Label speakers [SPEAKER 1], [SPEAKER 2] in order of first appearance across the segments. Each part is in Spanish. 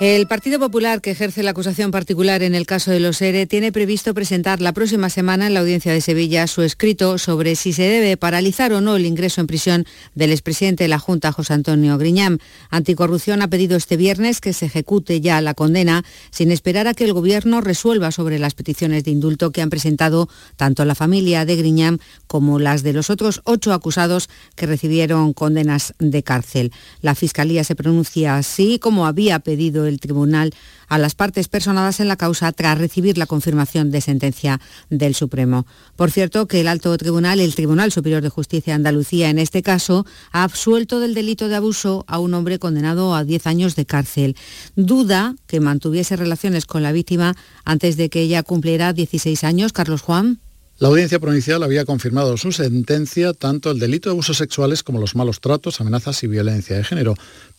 [SPEAKER 1] El Partido Popular, que ejerce la acusación particular en el caso de los ERE, tiene previsto presentar la próxima semana en la Audiencia de Sevilla su escrito sobre si se debe paralizar o no el ingreso en prisión del expresidente de la Junta, José Antonio Griñán. Anticorrupción ha pedido este viernes que se ejecute ya la condena, sin esperar a que el Gobierno resuelva sobre las peticiones de indulto que han presentado tanto la familia de Griñán como las de los otros ocho acusados que recibieron condenas de cárcel. La Fiscalía se pronuncia así como había pedido el tribunal a las partes personadas en la causa tras recibir la confirmación de sentencia del Supremo. Por cierto, que el alto tribunal, el Tribunal Superior de Justicia de Andalucía en este caso, ha absuelto del delito de abuso a un hombre condenado a 10 años de cárcel. Duda que mantuviese relaciones con la víctima antes de que ella cumpliera 16 años. Carlos Juan.
[SPEAKER 2] La audiencia provincial había confirmado su sentencia tanto el delito de abusos sexuales como los malos tratos, amenazas y violencia de género,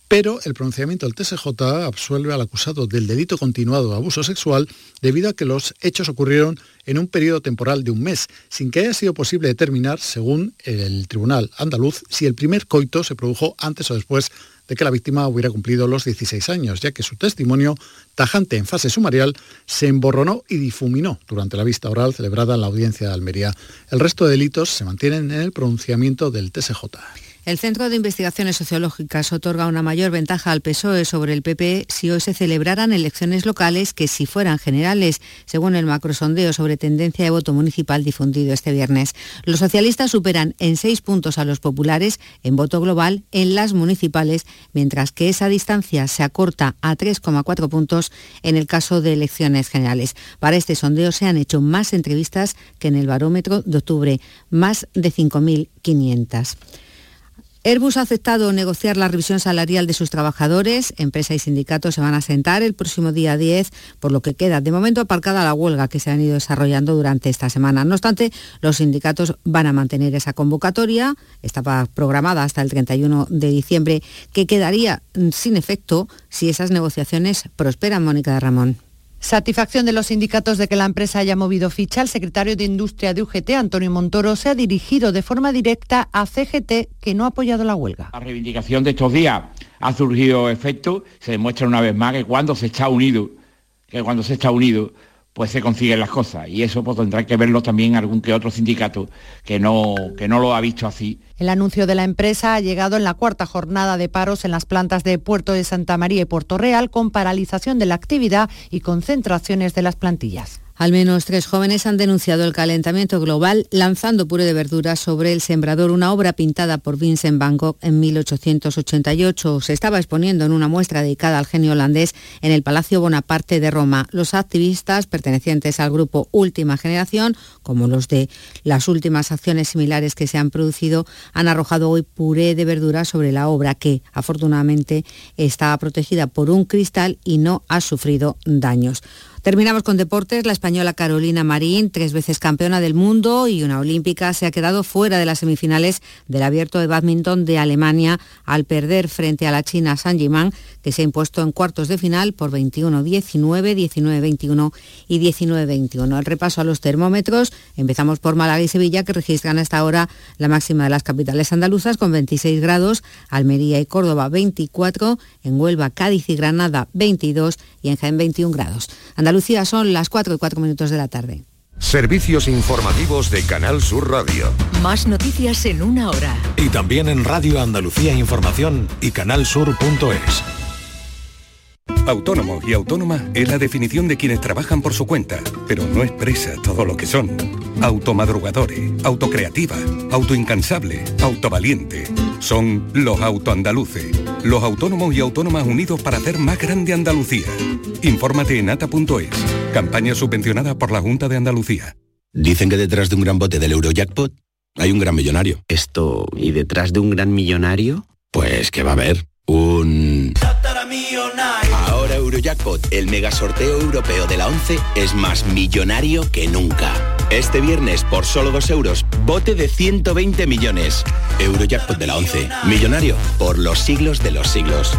[SPEAKER 2] pero el pronunciamiento del TSJ absuelve al acusado del delito continuado de abuso sexual debido a que los hechos ocurrieron en un periodo temporal de un mes, sin que haya sido posible determinar, según el Tribunal andaluz, si el primer coito se produjo antes o después de que la víctima hubiera cumplido los 16 años, ya que su testimonio, tajante en fase sumarial, se emborronó y difuminó durante la vista oral celebrada en la audiencia de Almería. El resto de delitos se mantienen en el pronunciamiento del TSJ.
[SPEAKER 1] El Centro de Investigaciones Sociológicas otorga una mayor ventaja al PSOE E sobre el PP si hoy se celebraran elecciones locales que si fueran generales, según el macrosondeo sobre tendencia de voto municipal difundido este viernes. Los socialistas superan en seis puntos a los populares en voto global en las municipales, mientras que esa distancia se acorta a 3,4 puntos en el caso de elecciones generales. Para este sondeo se han hecho más entrevistas que en el barómetro de octubre, más de 5.500. Airbus ha aceptado negociar la revisión salarial de sus trabajadores. Empresa y sindicatos se van a sentar el próximo día 10, por lo que queda de momento aparcada la huelga que se han ido desarrollando durante esta semana. No obstante, los sindicatos van a mantener esa convocatoria, estaba programada hasta el 31 de diciembre, que quedaría mm, sin efecto si esas negociaciones prosperan, Mónica de Ramón.
[SPEAKER 3] Satisfacción de los sindicatos de que la empresa haya movido ficha. El secretario de Industria de UGT, Antonio Montoro, se ha dirigido de forma directa a CGT, que no ha apoyado la huelga.
[SPEAKER 4] La reivindicación de estos días ha surgido efecto. Se demuestra una vez más que cuando se está unido, que cuando se está unido, pues se consiguen las cosas. Y eso pues, tendrá que verlo también algún que otro sindicato que no, que no lo ha visto así.
[SPEAKER 3] El anuncio de la empresa ha llegado en la cuarta jornada de paros en las plantas de Puerto de Santa María y Puerto Real, con paralización de la actividad y concentraciones de las plantillas.
[SPEAKER 1] Al menos tres jóvenes han denunciado el calentamiento global lanzando puré de verduras sobre el sembrador, una obra pintada por Vincent Van Gogh en 1888. Se estaba exponiendo en una muestra dedicada al genio holandés en el Palacio Bonaparte de Roma. Los activistas pertenecientes al grupo Última Generación, como los de las últimas acciones similares que se han producido, han arrojado hoy puré de verduras sobre la obra que, afortunadamente, estaba protegida por un cristal y no ha sufrido daños. Terminamos con deportes. La española Carolina Marín, tres veces campeona del mundo y una olímpica, se ha quedado fuera de las semifinales del abierto de badminton de Alemania al perder frente a la China San Jimán, que se ha impuesto en cuartos de final por 21-19, 19-21 y 19-21. El repaso a los termómetros. Empezamos por Málaga y Sevilla, que registran hasta ahora la máxima de las capitales andaluzas con 26 grados, Almería y Córdoba 24, en Huelva, Cádiz y Granada 22 y en Jaén 21 grados. Andalucía son las 4 y 4 minutos de la tarde.
[SPEAKER 5] Servicios informativos de Canal Sur Radio.
[SPEAKER 6] Más noticias en una hora.
[SPEAKER 7] Y también en Radio Andalucía Información y canalsur.es.
[SPEAKER 8] Autónomo y autónoma es la definición de quienes trabajan por su cuenta, pero no expresa todo lo que son. Automadrugadores, autocreativa, autoincansable, autovaliente. Son los autoandaluces, los autónomos y autónomas unidos para hacer más grande Andalucía. Infórmate en ata.es, campaña subvencionada por la Junta de Andalucía.
[SPEAKER 9] Dicen que detrás de un gran bote del Eurojackpot hay un gran millonario.
[SPEAKER 10] Esto, ¿y detrás de un gran millonario?
[SPEAKER 9] Pues que va a haber un... Ahora Eurojackpot, el mega sorteo europeo de la 11, es más millonario que nunca. Este viernes, por solo 2 euros, bote de 120 millones. Eurojackpot de la 11, millonario por los siglos de los siglos.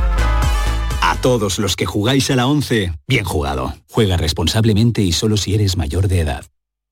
[SPEAKER 11] A todos los que jugáis a la 11, bien jugado. Juega responsablemente y solo si eres mayor de edad.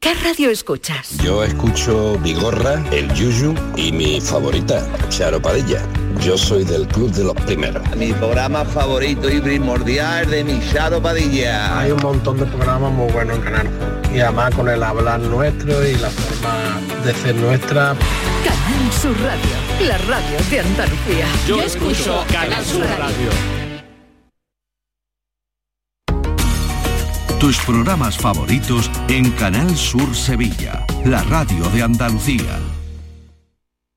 [SPEAKER 12] ¿Qué radio escuchas?
[SPEAKER 13] Yo escucho Vigorra, El Yuyu y mi favorita, Charo Padilla. Yo soy del club de los primeros.
[SPEAKER 14] Mi programa favorito y primordial de mi Charo Padilla.
[SPEAKER 15] Hay un montón de programas muy buenos en Canal Y además con el hablar nuestro y la forma de ser nuestra.
[SPEAKER 12] Canal Sur Radio, la radio de Andalucía.
[SPEAKER 2] Yo, Yo escucho Canal Sur radio. radio.
[SPEAKER 8] Tus programas favoritos en Canal Sur Sevilla, la radio de Andalucía.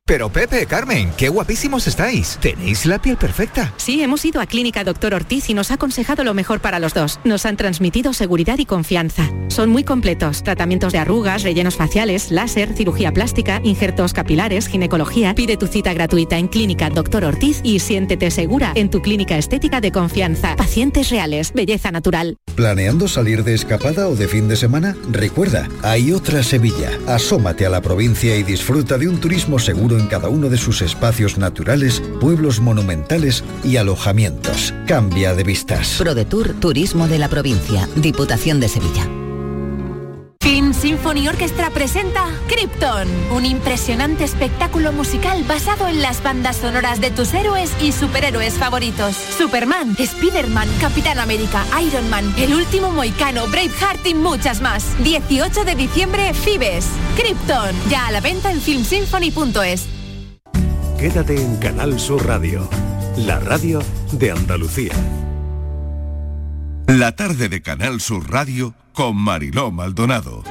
[SPEAKER 16] Pero Pepe, Carmen, qué guapísimos estáis. Tenéis la piel perfecta.
[SPEAKER 6] Sí, hemos ido a Clínica Doctor Ortiz y nos ha aconsejado lo mejor para los dos. Nos han transmitido seguridad y confianza. Son muy completos. Tratamientos de arrugas, rellenos faciales, láser, cirugía plástica, injertos capilares, ginecología. Pide tu cita gratuita en Clínica Doctor Ortiz y siéntete segura en tu clínica estética de confianza. Pacientes reales, belleza natural.
[SPEAKER 8] ¿Planeando salir de escapada o de fin de semana? Recuerda, hay otra Sevilla. Asómate a la provincia y disfruta de un turismo seguro en cada uno de sus espacios naturales, pueblos monumentales y alojamientos. Cambia de vistas.
[SPEAKER 12] ProDetour Turismo de la Provincia, Diputación de Sevilla.
[SPEAKER 3] Film Symphony Orchestra presenta Krypton, un impresionante espectáculo musical basado en las bandas sonoras de tus héroes y superhéroes favoritos. Superman, Spider-Man, Capitán América, Iron Man, El Último Moicano, Braveheart y muchas más. 18 de diciembre, Fibes. Krypton, ya a la venta en filmsymphony.es.
[SPEAKER 8] Quédate en Canal Sur Radio, la radio de Andalucía.
[SPEAKER 17] La tarde de Canal Sur Radio con Mariló Maldonado.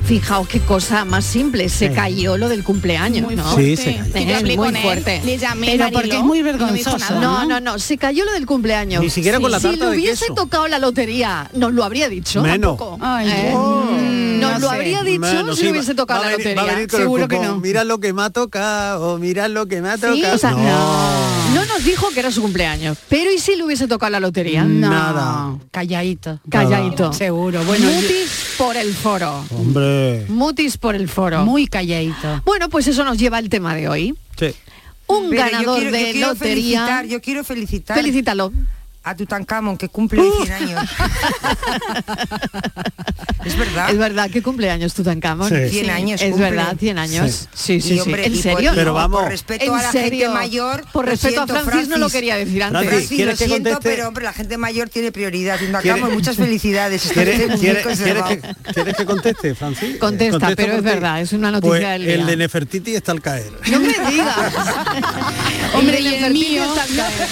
[SPEAKER 18] fijaos qué cosa más simple. Se
[SPEAKER 19] Sí.
[SPEAKER 18] cayó lo del cumpleaños,
[SPEAKER 20] Muy
[SPEAKER 18] ¿no?
[SPEAKER 20] fuerte. Sí, se cayó.
[SPEAKER 18] Eh,
[SPEAKER 20] Y yo hablé
[SPEAKER 18] muy
[SPEAKER 20] con él,
[SPEAKER 18] fuerte.
[SPEAKER 20] le llamé,
[SPEAKER 18] Pero
[SPEAKER 20] Mariló,
[SPEAKER 18] porque es muy
[SPEAKER 20] y no me dijo
[SPEAKER 18] vergonzoso.
[SPEAKER 20] nada.
[SPEAKER 18] No, no, no. Se cayó lo del cumpleaños.
[SPEAKER 19] Ni siquiera con la tarta
[SPEAKER 18] Si
[SPEAKER 19] de
[SPEAKER 18] le hubiese
[SPEAKER 19] queso.
[SPEAKER 18] tocado la lotería, nos lo habría dicho.
[SPEAKER 19] Menos.
[SPEAKER 18] Tampoco.
[SPEAKER 20] Ay,
[SPEAKER 18] ¿Eh? Nos
[SPEAKER 20] no
[SPEAKER 18] lo
[SPEAKER 20] sé.
[SPEAKER 18] habría dicho
[SPEAKER 19] Menos,
[SPEAKER 18] si
[SPEAKER 19] sí,
[SPEAKER 18] le
[SPEAKER 19] va-
[SPEAKER 18] hubiese tocado
[SPEAKER 19] va a
[SPEAKER 18] la
[SPEAKER 19] venir- va a
[SPEAKER 18] lotería.
[SPEAKER 19] venir con el cupón, Mira lo que me ha tocado, mira lo que me ha
[SPEAKER 18] Sí,
[SPEAKER 19] tocado.
[SPEAKER 18] o sea, no. No nos dijo que era su cumpleaños. Pero ¿y si le hubiese tocado la lotería?
[SPEAKER 19] Nada.
[SPEAKER 20] Calladito.
[SPEAKER 18] Calladito.
[SPEAKER 20] Seguro. Bueno, yo-
[SPEAKER 18] Mutis por el foro.
[SPEAKER 19] Hombre.
[SPEAKER 18] Mutis por el foro.
[SPEAKER 20] muy calladito.
[SPEAKER 18] Bueno, pues eso nos lleva al tema de hoy.
[SPEAKER 19] Sí.
[SPEAKER 18] Un
[SPEAKER 21] Pero yo
[SPEAKER 18] ganador
[SPEAKER 21] quiero- yo
[SPEAKER 18] de
[SPEAKER 21] quiero
[SPEAKER 18] lotería.
[SPEAKER 21] felicitar, yo quiero felicitar.
[SPEAKER 18] Felicítalo. Uh,
[SPEAKER 21] A Tutankamón, que cumple hoy 100 años.
[SPEAKER 18] Es verdad. Es verdad que cumpleaños Tutankamón.
[SPEAKER 21] Sí. 100 años
[SPEAKER 18] Es
[SPEAKER 21] cumple.
[SPEAKER 18] verdad, 100 años. Sí, sí,
[SPEAKER 21] Sí.
[SPEAKER 18] sí.
[SPEAKER 21] Y, hombre,
[SPEAKER 18] en
[SPEAKER 21] y por-
[SPEAKER 18] serio.
[SPEAKER 21] Pero
[SPEAKER 18] ¿no?
[SPEAKER 21] vamos. por respeto
[SPEAKER 18] ¿En
[SPEAKER 21] a la gente
[SPEAKER 18] serio?
[SPEAKER 21] mayor,
[SPEAKER 18] Por
[SPEAKER 21] lo
[SPEAKER 18] respeto a
[SPEAKER 21] siento,
[SPEAKER 18] Francis, no
[SPEAKER 21] Francis.
[SPEAKER 18] lo quería decir antes.
[SPEAKER 21] Francis,
[SPEAKER 19] ¿quieres
[SPEAKER 21] lo
[SPEAKER 19] que
[SPEAKER 21] siento,
[SPEAKER 19] conteste?
[SPEAKER 21] pero hombre, la gente mayor tiene prioridad. Tutankamón,
[SPEAKER 19] ¿Quieres-
[SPEAKER 21] muchas felicidades. está
[SPEAKER 19] ¿Quieres,
[SPEAKER 21] usted muy
[SPEAKER 19] quieres-
[SPEAKER 21] conservado.
[SPEAKER 19] quieres que, quieres que conteste, Francis?
[SPEAKER 18] Contesta, pero es
[SPEAKER 19] porque-
[SPEAKER 18] verdad, es una noticia
[SPEAKER 19] Pues
[SPEAKER 18] del día.
[SPEAKER 19] El de Nefertiti está al caer.
[SPEAKER 18] No me digas.
[SPEAKER 20] Hombre,
[SPEAKER 18] Y
[SPEAKER 20] y el
[SPEAKER 18] Nefertiti
[SPEAKER 20] mío.
[SPEAKER 18] está al caer.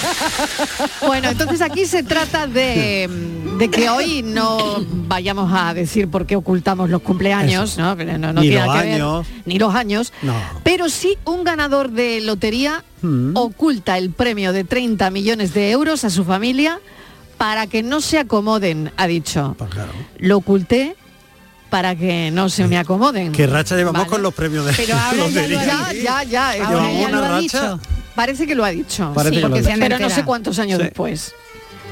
[SPEAKER 18] Bueno, entonces aquí se trata de, de que hoy no vayamos a decir por qué ocultamos los cumpleaños,
[SPEAKER 20] Eso.
[SPEAKER 18] ¿no? Pero no, no
[SPEAKER 20] Ni
[SPEAKER 18] tiene
[SPEAKER 20] los
[SPEAKER 18] nada que ver,
[SPEAKER 20] años.
[SPEAKER 18] ni los años. Pero sí un ganador de lotería
[SPEAKER 20] Mm.
[SPEAKER 18] oculta el premio de 30 millones de euros a su familia para que no se acomoden, ha dicho.
[SPEAKER 20] Pues
[SPEAKER 18] Lo oculté para que no se me acomoden.
[SPEAKER 19] ¿Qué racha llevamos
[SPEAKER 18] Vale.
[SPEAKER 19] con los premios de
[SPEAKER 18] Pero ahora ya lo
[SPEAKER 19] lotería?
[SPEAKER 21] Ah,
[SPEAKER 18] ha dicho. Ya, ya, ya.
[SPEAKER 19] Ahora ya lo ha dicho.
[SPEAKER 18] Parece que lo ha dicho.
[SPEAKER 19] Parece Sí, que lo ha porque dicho. se han
[SPEAKER 18] Pero no enterado. sé cuántos años
[SPEAKER 19] Sí.
[SPEAKER 18] después.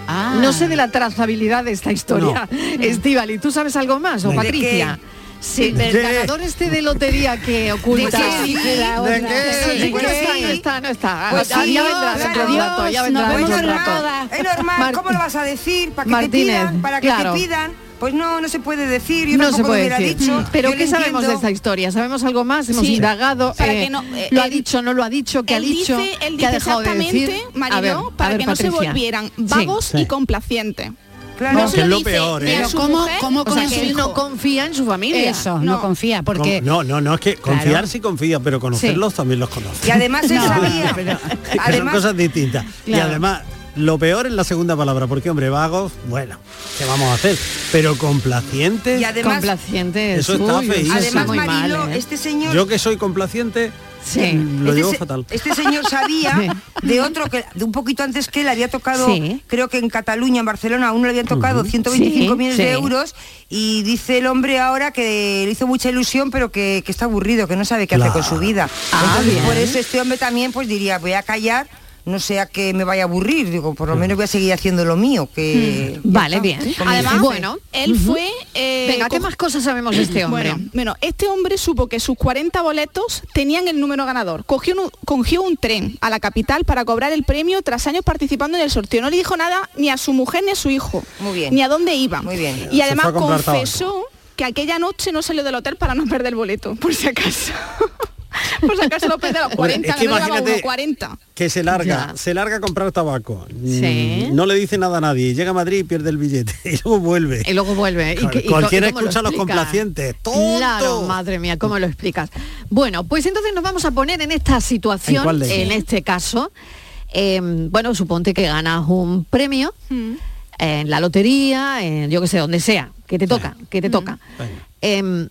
[SPEAKER 21] Ah.
[SPEAKER 18] No sé de la trazabilidad de esta historia. Estival, ¿y tú sabes algo más? ¿O
[SPEAKER 21] ¿De
[SPEAKER 18] Patricia? Sí,
[SPEAKER 21] ¿De
[SPEAKER 18] el
[SPEAKER 21] qué?
[SPEAKER 18] ganador este de lotería que oculta.
[SPEAKER 21] qué? Dice la ¿De otra. qué?
[SPEAKER 18] Sí,
[SPEAKER 21] ¿De
[SPEAKER 18] que no
[SPEAKER 21] qué?
[SPEAKER 18] está, no está, no está.
[SPEAKER 21] Pues
[SPEAKER 18] Ah,
[SPEAKER 21] sí,
[SPEAKER 18] ya
[SPEAKER 21] no,
[SPEAKER 18] vendrá dentro de un
[SPEAKER 21] adiós,
[SPEAKER 18] rato, ya
[SPEAKER 21] nos
[SPEAKER 18] vendrá
[SPEAKER 21] vemos
[SPEAKER 18] dentro de un rato.
[SPEAKER 21] nada. Es normal,
[SPEAKER 18] Mar-
[SPEAKER 21] ¿cómo lo vas a decir? Para que
[SPEAKER 18] Martínez,
[SPEAKER 21] te pidan, para que
[SPEAKER 18] claro.
[SPEAKER 21] te pidan. Pues no, no se puede decir, yo
[SPEAKER 18] no
[SPEAKER 21] tampoco
[SPEAKER 18] se
[SPEAKER 21] lo
[SPEAKER 18] puede
[SPEAKER 21] hubiera
[SPEAKER 18] decir.
[SPEAKER 21] dicho.
[SPEAKER 18] Mm. Pero
[SPEAKER 21] yo
[SPEAKER 18] ¿qué
[SPEAKER 21] lo
[SPEAKER 18] sabemos de
[SPEAKER 21] entiendo.
[SPEAKER 18] esta historia? ¿Sabemos algo más? Hemos
[SPEAKER 21] Sí.
[SPEAKER 18] indagado.
[SPEAKER 21] Para
[SPEAKER 18] eh,
[SPEAKER 21] que no, eh,
[SPEAKER 18] ¿Lo ha
[SPEAKER 21] él-
[SPEAKER 18] dicho, no lo ha dicho? ¿Qué ha
[SPEAKER 20] él
[SPEAKER 18] dicho?
[SPEAKER 20] dice, él
[SPEAKER 18] ¿Qué ha
[SPEAKER 20] dice
[SPEAKER 18] dejado de
[SPEAKER 20] exactamente,
[SPEAKER 18] decir?
[SPEAKER 20] Mariló,
[SPEAKER 18] A ver,
[SPEAKER 20] para
[SPEAKER 18] a ver,
[SPEAKER 20] que no se
[SPEAKER 18] Patricia.
[SPEAKER 20] volvieran
[SPEAKER 18] Sí.
[SPEAKER 20] vagos
[SPEAKER 18] Sí.
[SPEAKER 20] y complacientes.
[SPEAKER 18] Claro.
[SPEAKER 20] no se
[SPEAKER 19] Que es
[SPEAKER 20] lo
[SPEAKER 19] lo
[SPEAKER 20] dice
[SPEAKER 19] peor,
[SPEAKER 20] ni
[SPEAKER 19] ¿eh?
[SPEAKER 20] a su
[SPEAKER 19] Pero
[SPEAKER 20] mujer,
[SPEAKER 18] ¿cómo- cómo
[SPEAKER 20] o sea,
[SPEAKER 18] con
[SPEAKER 20] que
[SPEAKER 18] su
[SPEAKER 20] él
[SPEAKER 18] hijo? no confía en su familia.
[SPEAKER 20] Eso, no, confía, porque...
[SPEAKER 19] Con- No, no, no, es que confiar
[SPEAKER 20] Claro.
[SPEAKER 19] sí confía, pero conocerlos también los conoce.
[SPEAKER 21] Y además él
[SPEAKER 19] No,
[SPEAKER 21] sabía.
[SPEAKER 19] que son
[SPEAKER 21] además-
[SPEAKER 19] cosas distintas. Y
[SPEAKER 21] Claro.
[SPEAKER 19] además, lo peor es la segunda palabra, porque hombre, vagos, bueno, ¿qué vamos a hacer? Pero complacientes.
[SPEAKER 21] Y además-
[SPEAKER 18] Complaciente.
[SPEAKER 19] Eso está feísimo.
[SPEAKER 21] Además,
[SPEAKER 19] Muy
[SPEAKER 21] Marilo,
[SPEAKER 19] mal, ¿eh?
[SPEAKER 21] este señor
[SPEAKER 19] Yo que soy complaciente, mm, lo
[SPEAKER 21] Este
[SPEAKER 19] llevo
[SPEAKER 21] se-
[SPEAKER 19] fatal.
[SPEAKER 21] Este señor sabía de otro que de un poquito antes que le había tocado,
[SPEAKER 19] Sí.
[SPEAKER 21] creo que en Cataluña, en Barcelona, aún no le habían tocado 125
[SPEAKER 18] Sí,
[SPEAKER 21] millones
[SPEAKER 18] sí.
[SPEAKER 21] de euros y dice el hombre ahora que le hizo mucha ilusión, pero que, que está aburrido, que no sabe qué hacer
[SPEAKER 18] Claro.
[SPEAKER 21] con su vida.
[SPEAKER 18] Ah,
[SPEAKER 21] Entonces,
[SPEAKER 18] bien.
[SPEAKER 21] por eso este hombre también pues diría, voy a callar. No sea que me vaya a aburrir, digo, por lo menos voy a seguir haciendo lo mío, que...
[SPEAKER 18] Hmm. Vale, bien.
[SPEAKER 20] Además,
[SPEAKER 18] bueno,
[SPEAKER 20] él
[SPEAKER 18] ujú.
[SPEAKER 20] fue... eh,
[SPEAKER 18] Venga, ¿qué
[SPEAKER 20] co-
[SPEAKER 18] más cosas sabemos de este hombre?
[SPEAKER 20] Bueno, bueno, este hombre supo que sus 40 boletos tenían el número ganador. Cogió un, cogió un tren a la capital para cobrar el premio tras años participando en el sorteo. No le dijo nada ni a su mujer ni a su hijo.
[SPEAKER 21] Muy bien.
[SPEAKER 20] Ni a dónde iba.
[SPEAKER 21] Muy bien.
[SPEAKER 20] Y
[SPEAKER 21] Se
[SPEAKER 20] además
[SPEAKER 21] fue a comprar
[SPEAKER 20] confesó que aquella noche no salió del hotel para no perder el boleto, por si acaso. por si acaso lo perdió a los
[SPEAKER 19] Hombre,
[SPEAKER 20] 40,
[SPEAKER 19] es que
[SPEAKER 20] no llevaba
[SPEAKER 19] imagínate-
[SPEAKER 20] uno, 40.
[SPEAKER 19] que se larga,
[SPEAKER 20] Ya.
[SPEAKER 19] se larga a comprar tabaco. Mm,
[SPEAKER 20] Sí.
[SPEAKER 19] No le dice nada a nadie. Llega a Madrid y pierde el billete. Y luego vuelve.
[SPEAKER 18] Y luego vuelve. Eh, ¿Y
[SPEAKER 19] Claro,
[SPEAKER 18] qué- y co-
[SPEAKER 19] cualquiera
[SPEAKER 18] y cómo lo
[SPEAKER 19] escucha a los
[SPEAKER 18] explicas?
[SPEAKER 19] complacientes.
[SPEAKER 18] Claro, madre mía, ¿cómo lo explicas? Bueno, pues entonces nos vamos a poner en esta
[SPEAKER 19] ¿En
[SPEAKER 18] situación,
[SPEAKER 19] cuál
[SPEAKER 18] en,
[SPEAKER 19] de ellas?
[SPEAKER 18] este caso. Eh, bueno, suponte que ganas un premio en la lotería, en yo que sé, donde sea, que te toca, que te toca.
[SPEAKER 19] Venga.
[SPEAKER 18] Em,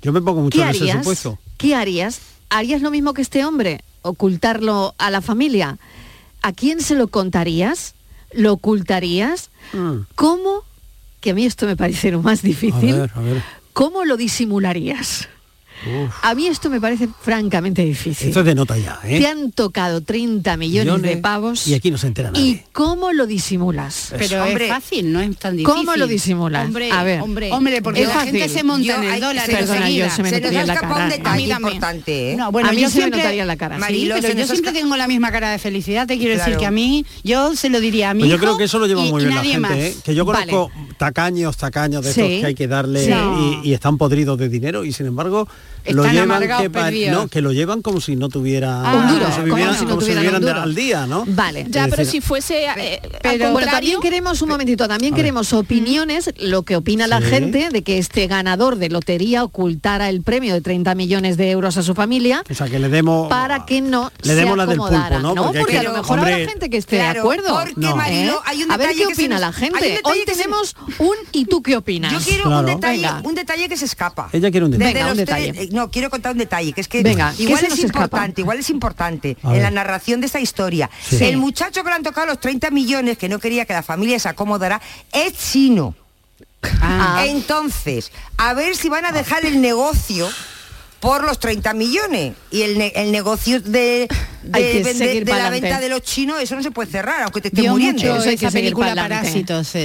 [SPEAKER 19] Yo me pongo mucho
[SPEAKER 18] ¿Qué
[SPEAKER 19] en ese
[SPEAKER 18] harías?
[SPEAKER 19] supuesto.
[SPEAKER 18] ¿Qué harías? ¿Harías lo mismo que este hombre? ¿Ocultarlo a la familia? ¿A quién se lo contarías? ¿Lo ocultarías? ¿Cómo? Que a mí esto me parece lo más
[SPEAKER 19] A
[SPEAKER 18] difícil.
[SPEAKER 19] ver, a ver.
[SPEAKER 18] ¿Cómo lo disimularías?
[SPEAKER 19] Uf.
[SPEAKER 18] A mí esto me parece francamente difícil.
[SPEAKER 19] Esto es de nota ya, ¿eh?
[SPEAKER 18] Te han tocado 30 millones, de
[SPEAKER 19] Millones,
[SPEAKER 18] pavos.
[SPEAKER 19] Y aquí no se entera nadie.
[SPEAKER 18] ¿Y cómo lo disimulas?
[SPEAKER 20] Pero es Hombre,
[SPEAKER 18] fácil, no es tan
[SPEAKER 20] difícil.
[SPEAKER 18] ¿Cómo lo disimulas?
[SPEAKER 20] Hombre,
[SPEAKER 18] a ver,
[SPEAKER 20] hombre, hombre, porque la gente se monta en el
[SPEAKER 21] ay,
[SPEAKER 20] dólar
[SPEAKER 21] se nos
[SPEAKER 18] Perdona,
[SPEAKER 21] escapa-
[SPEAKER 18] yo se me
[SPEAKER 21] se nos
[SPEAKER 18] notaría
[SPEAKER 21] ha
[SPEAKER 18] la
[SPEAKER 21] escapado un
[SPEAKER 18] cara.
[SPEAKER 21] detalle
[SPEAKER 18] A mí también.
[SPEAKER 21] importante, ¿eh?
[SPEAKER 20] No, bueno,
[SPEAKER 18] A mí
[SPEAKER 20] yo
[SPEAKER 18] se me
[SPEAKER 20] siempre-
[SPEAKER 18] notaría en la cara, sí.
[SPEAKER 20] Marilo,
[SPEAKER 21] Marilo,
[SPEAKER 20] pero
[SPEAKER 21] se
[SPEAKER 20] yo
[SPEAKER 21] nos ha
[SPEAKER 20] siempre tengo la misma cara de felicidad, te quiero decir
[SPEAKER 19] Claro.
[SPEAKER 20] que a mí, yo se lo diría a mí.
[SPEAKER 19] Pues yo creo que eso lo lleva muy bien la gente, ¿eh? que yo
[SPEAKER 20] Vale.
[SPEAKER 19] conozco tacaños, tacaños de
[SPEAKER 20] Sí.
[SPEAKER 19] estos que hay que darle
[SPEAKER 20] Sí.
[SPEAKER 19] y, y están podridos de dinero y sin embargo lo
[SPEAKER 18] Están
[SPEAKER 19] llevan
[SPEAKER 18] amargados,
[SPEAKER 19] que, pa-
[SPEAKER 18] perdidos.
[SPEAKER 19] no, que lo llevan como si no tuviera
[SPEAKER 18] Ah, un duro,
[SPEAKER 19] como si
[SPEAKER 18] como
[SPEAKER 19] vivieran,
[SPEAKER 18] si no
[SPEAKER 19] como si
[SPEAKER 18] tuvieran
[SPEAKER 19] vivieran
[SPEAKER 18] un
[SPEAKER 19] de-
[SPEAKER 18] duro.
[SPEAKER 19] al día, ¿no?
[SPEAKER 18] Vale.
[SPEAKER 20] Ya,
[SPEAKER 19] Es
[SPEAKER 20] pero si
[SPEAKER 19] decir,
[SPEAKER 20] fuese eh, al
[SPEAKER 18] Pero bueno,
[SPEAKER 20] contrario,
[SPEAKER 18] también queremos un momentito, también
[SPEAKER 19] A ver.
[SPEAKER 18] queremos opiniones, lo que opina la
[SPEAKER 19] Sí.
[SPEAKER 18] gente de que este ganador de lotería ocultara el premio de 30 millones de euros a su familia
[SPEAKER 19] O sea, que le demos...
[SPEAKER 18] para que no
[SPEAKER 19] Oh. le demos
[SPEAKER 18] se
[SPEAKER 19] la del pulpo,
[SPEAKER 18] acomodara,
[SPEAKER 19] ¿no? Porque
[SPEAKER 18] Porque,
[SPEAKER 19] hay
[SPEAKER 18] a
[SPEAKER 19] que-
[SPEAKER 18] lo mejor
[SPEAKER 19] hombre,
[SPEAKER 18] habrá gente que esté de
[SPEAKER 21] claro,
[SPEAKER 18] acuerdo. ¿eh?
[SPEAKER 21] porque, No. Marilo, hay un
[SPEAKER 18] a ver
[SPEAKER 21] detalle
[SPEAKER 18] qué
[SPEAKER 21] que se
[SPEAKER 18] opina
[SPEAKER 21] nos-
[SPEAKER 18] la
[SPEAKER 21] hay un
[SPEAKER 18] gente.
[SPEAKER 21] detalle
[SPEAKER 18] Hoy
[SPEAKER 21] que se
[SPEAKER 18] tenemos un ¿y tú qué opinas?
[SPEAKER 21] Yo quiero
[SPEAKER 19] Claro.
[SPEAKER 21] un detalle,
[SPEAKER 18] Venga.
[SPEAKER 21] un detalle que se escapa.
[SPEAKER 19] Ella quiere un detalle.
[SPEAKER 21] Desde
[SPEAKER 19] Venga,
[SPEAKER 21] los
[SPEAKER 19] un detalle.
[SPEAKER 21] tres- eh, no, quiero contar un detalle, que es que
[SPEAKER 18] Venga, ¿qué
[SPEAKER 21] igual
[SPEAKER 18] se
[SPEAKER 21] es
[SPEAKER 18] nos escapa?
[SPEAKER 21] importante, igual es importante
[SPEAKER 19] A
[SPEAKER 21] en
[SPEAKER 19] ver.
[SPEAKER 21] la narración de esta historia.
[SPEAKER 19] Sí.
[SPEAKER 21] El muchacho que le han tocado los 30 millones, que no quería que la familia se acomodara, es chino. Entonces, a ver si van a dejar el negocio por los 30 millones y el, ne- el negocio de,
[SPEAKER 18] Hay
[SPEAKER 21] de
[SPEAKER 18] que
[SPEAKER 21] vende-
[SPEAKER 18] seguir
[SPEAKER 21] de la
[SPEAKER 18] pa'lante.
[SPEAKER 21] venta de los chinos eso no se puede cerrar aunque te esté
[SPEAKER 3] Dio
[SPEAKER 21] muriendo
[SPEAKER 3] mucho
[SPEAKER 18] Eso hay que
[SPEAKER 3] esa
[SPEAKER 18] seguir
[SPEAKER 3] película
[SPEAKER 18] pa'lante.
[SPEAKER 3] Parásitos. eh,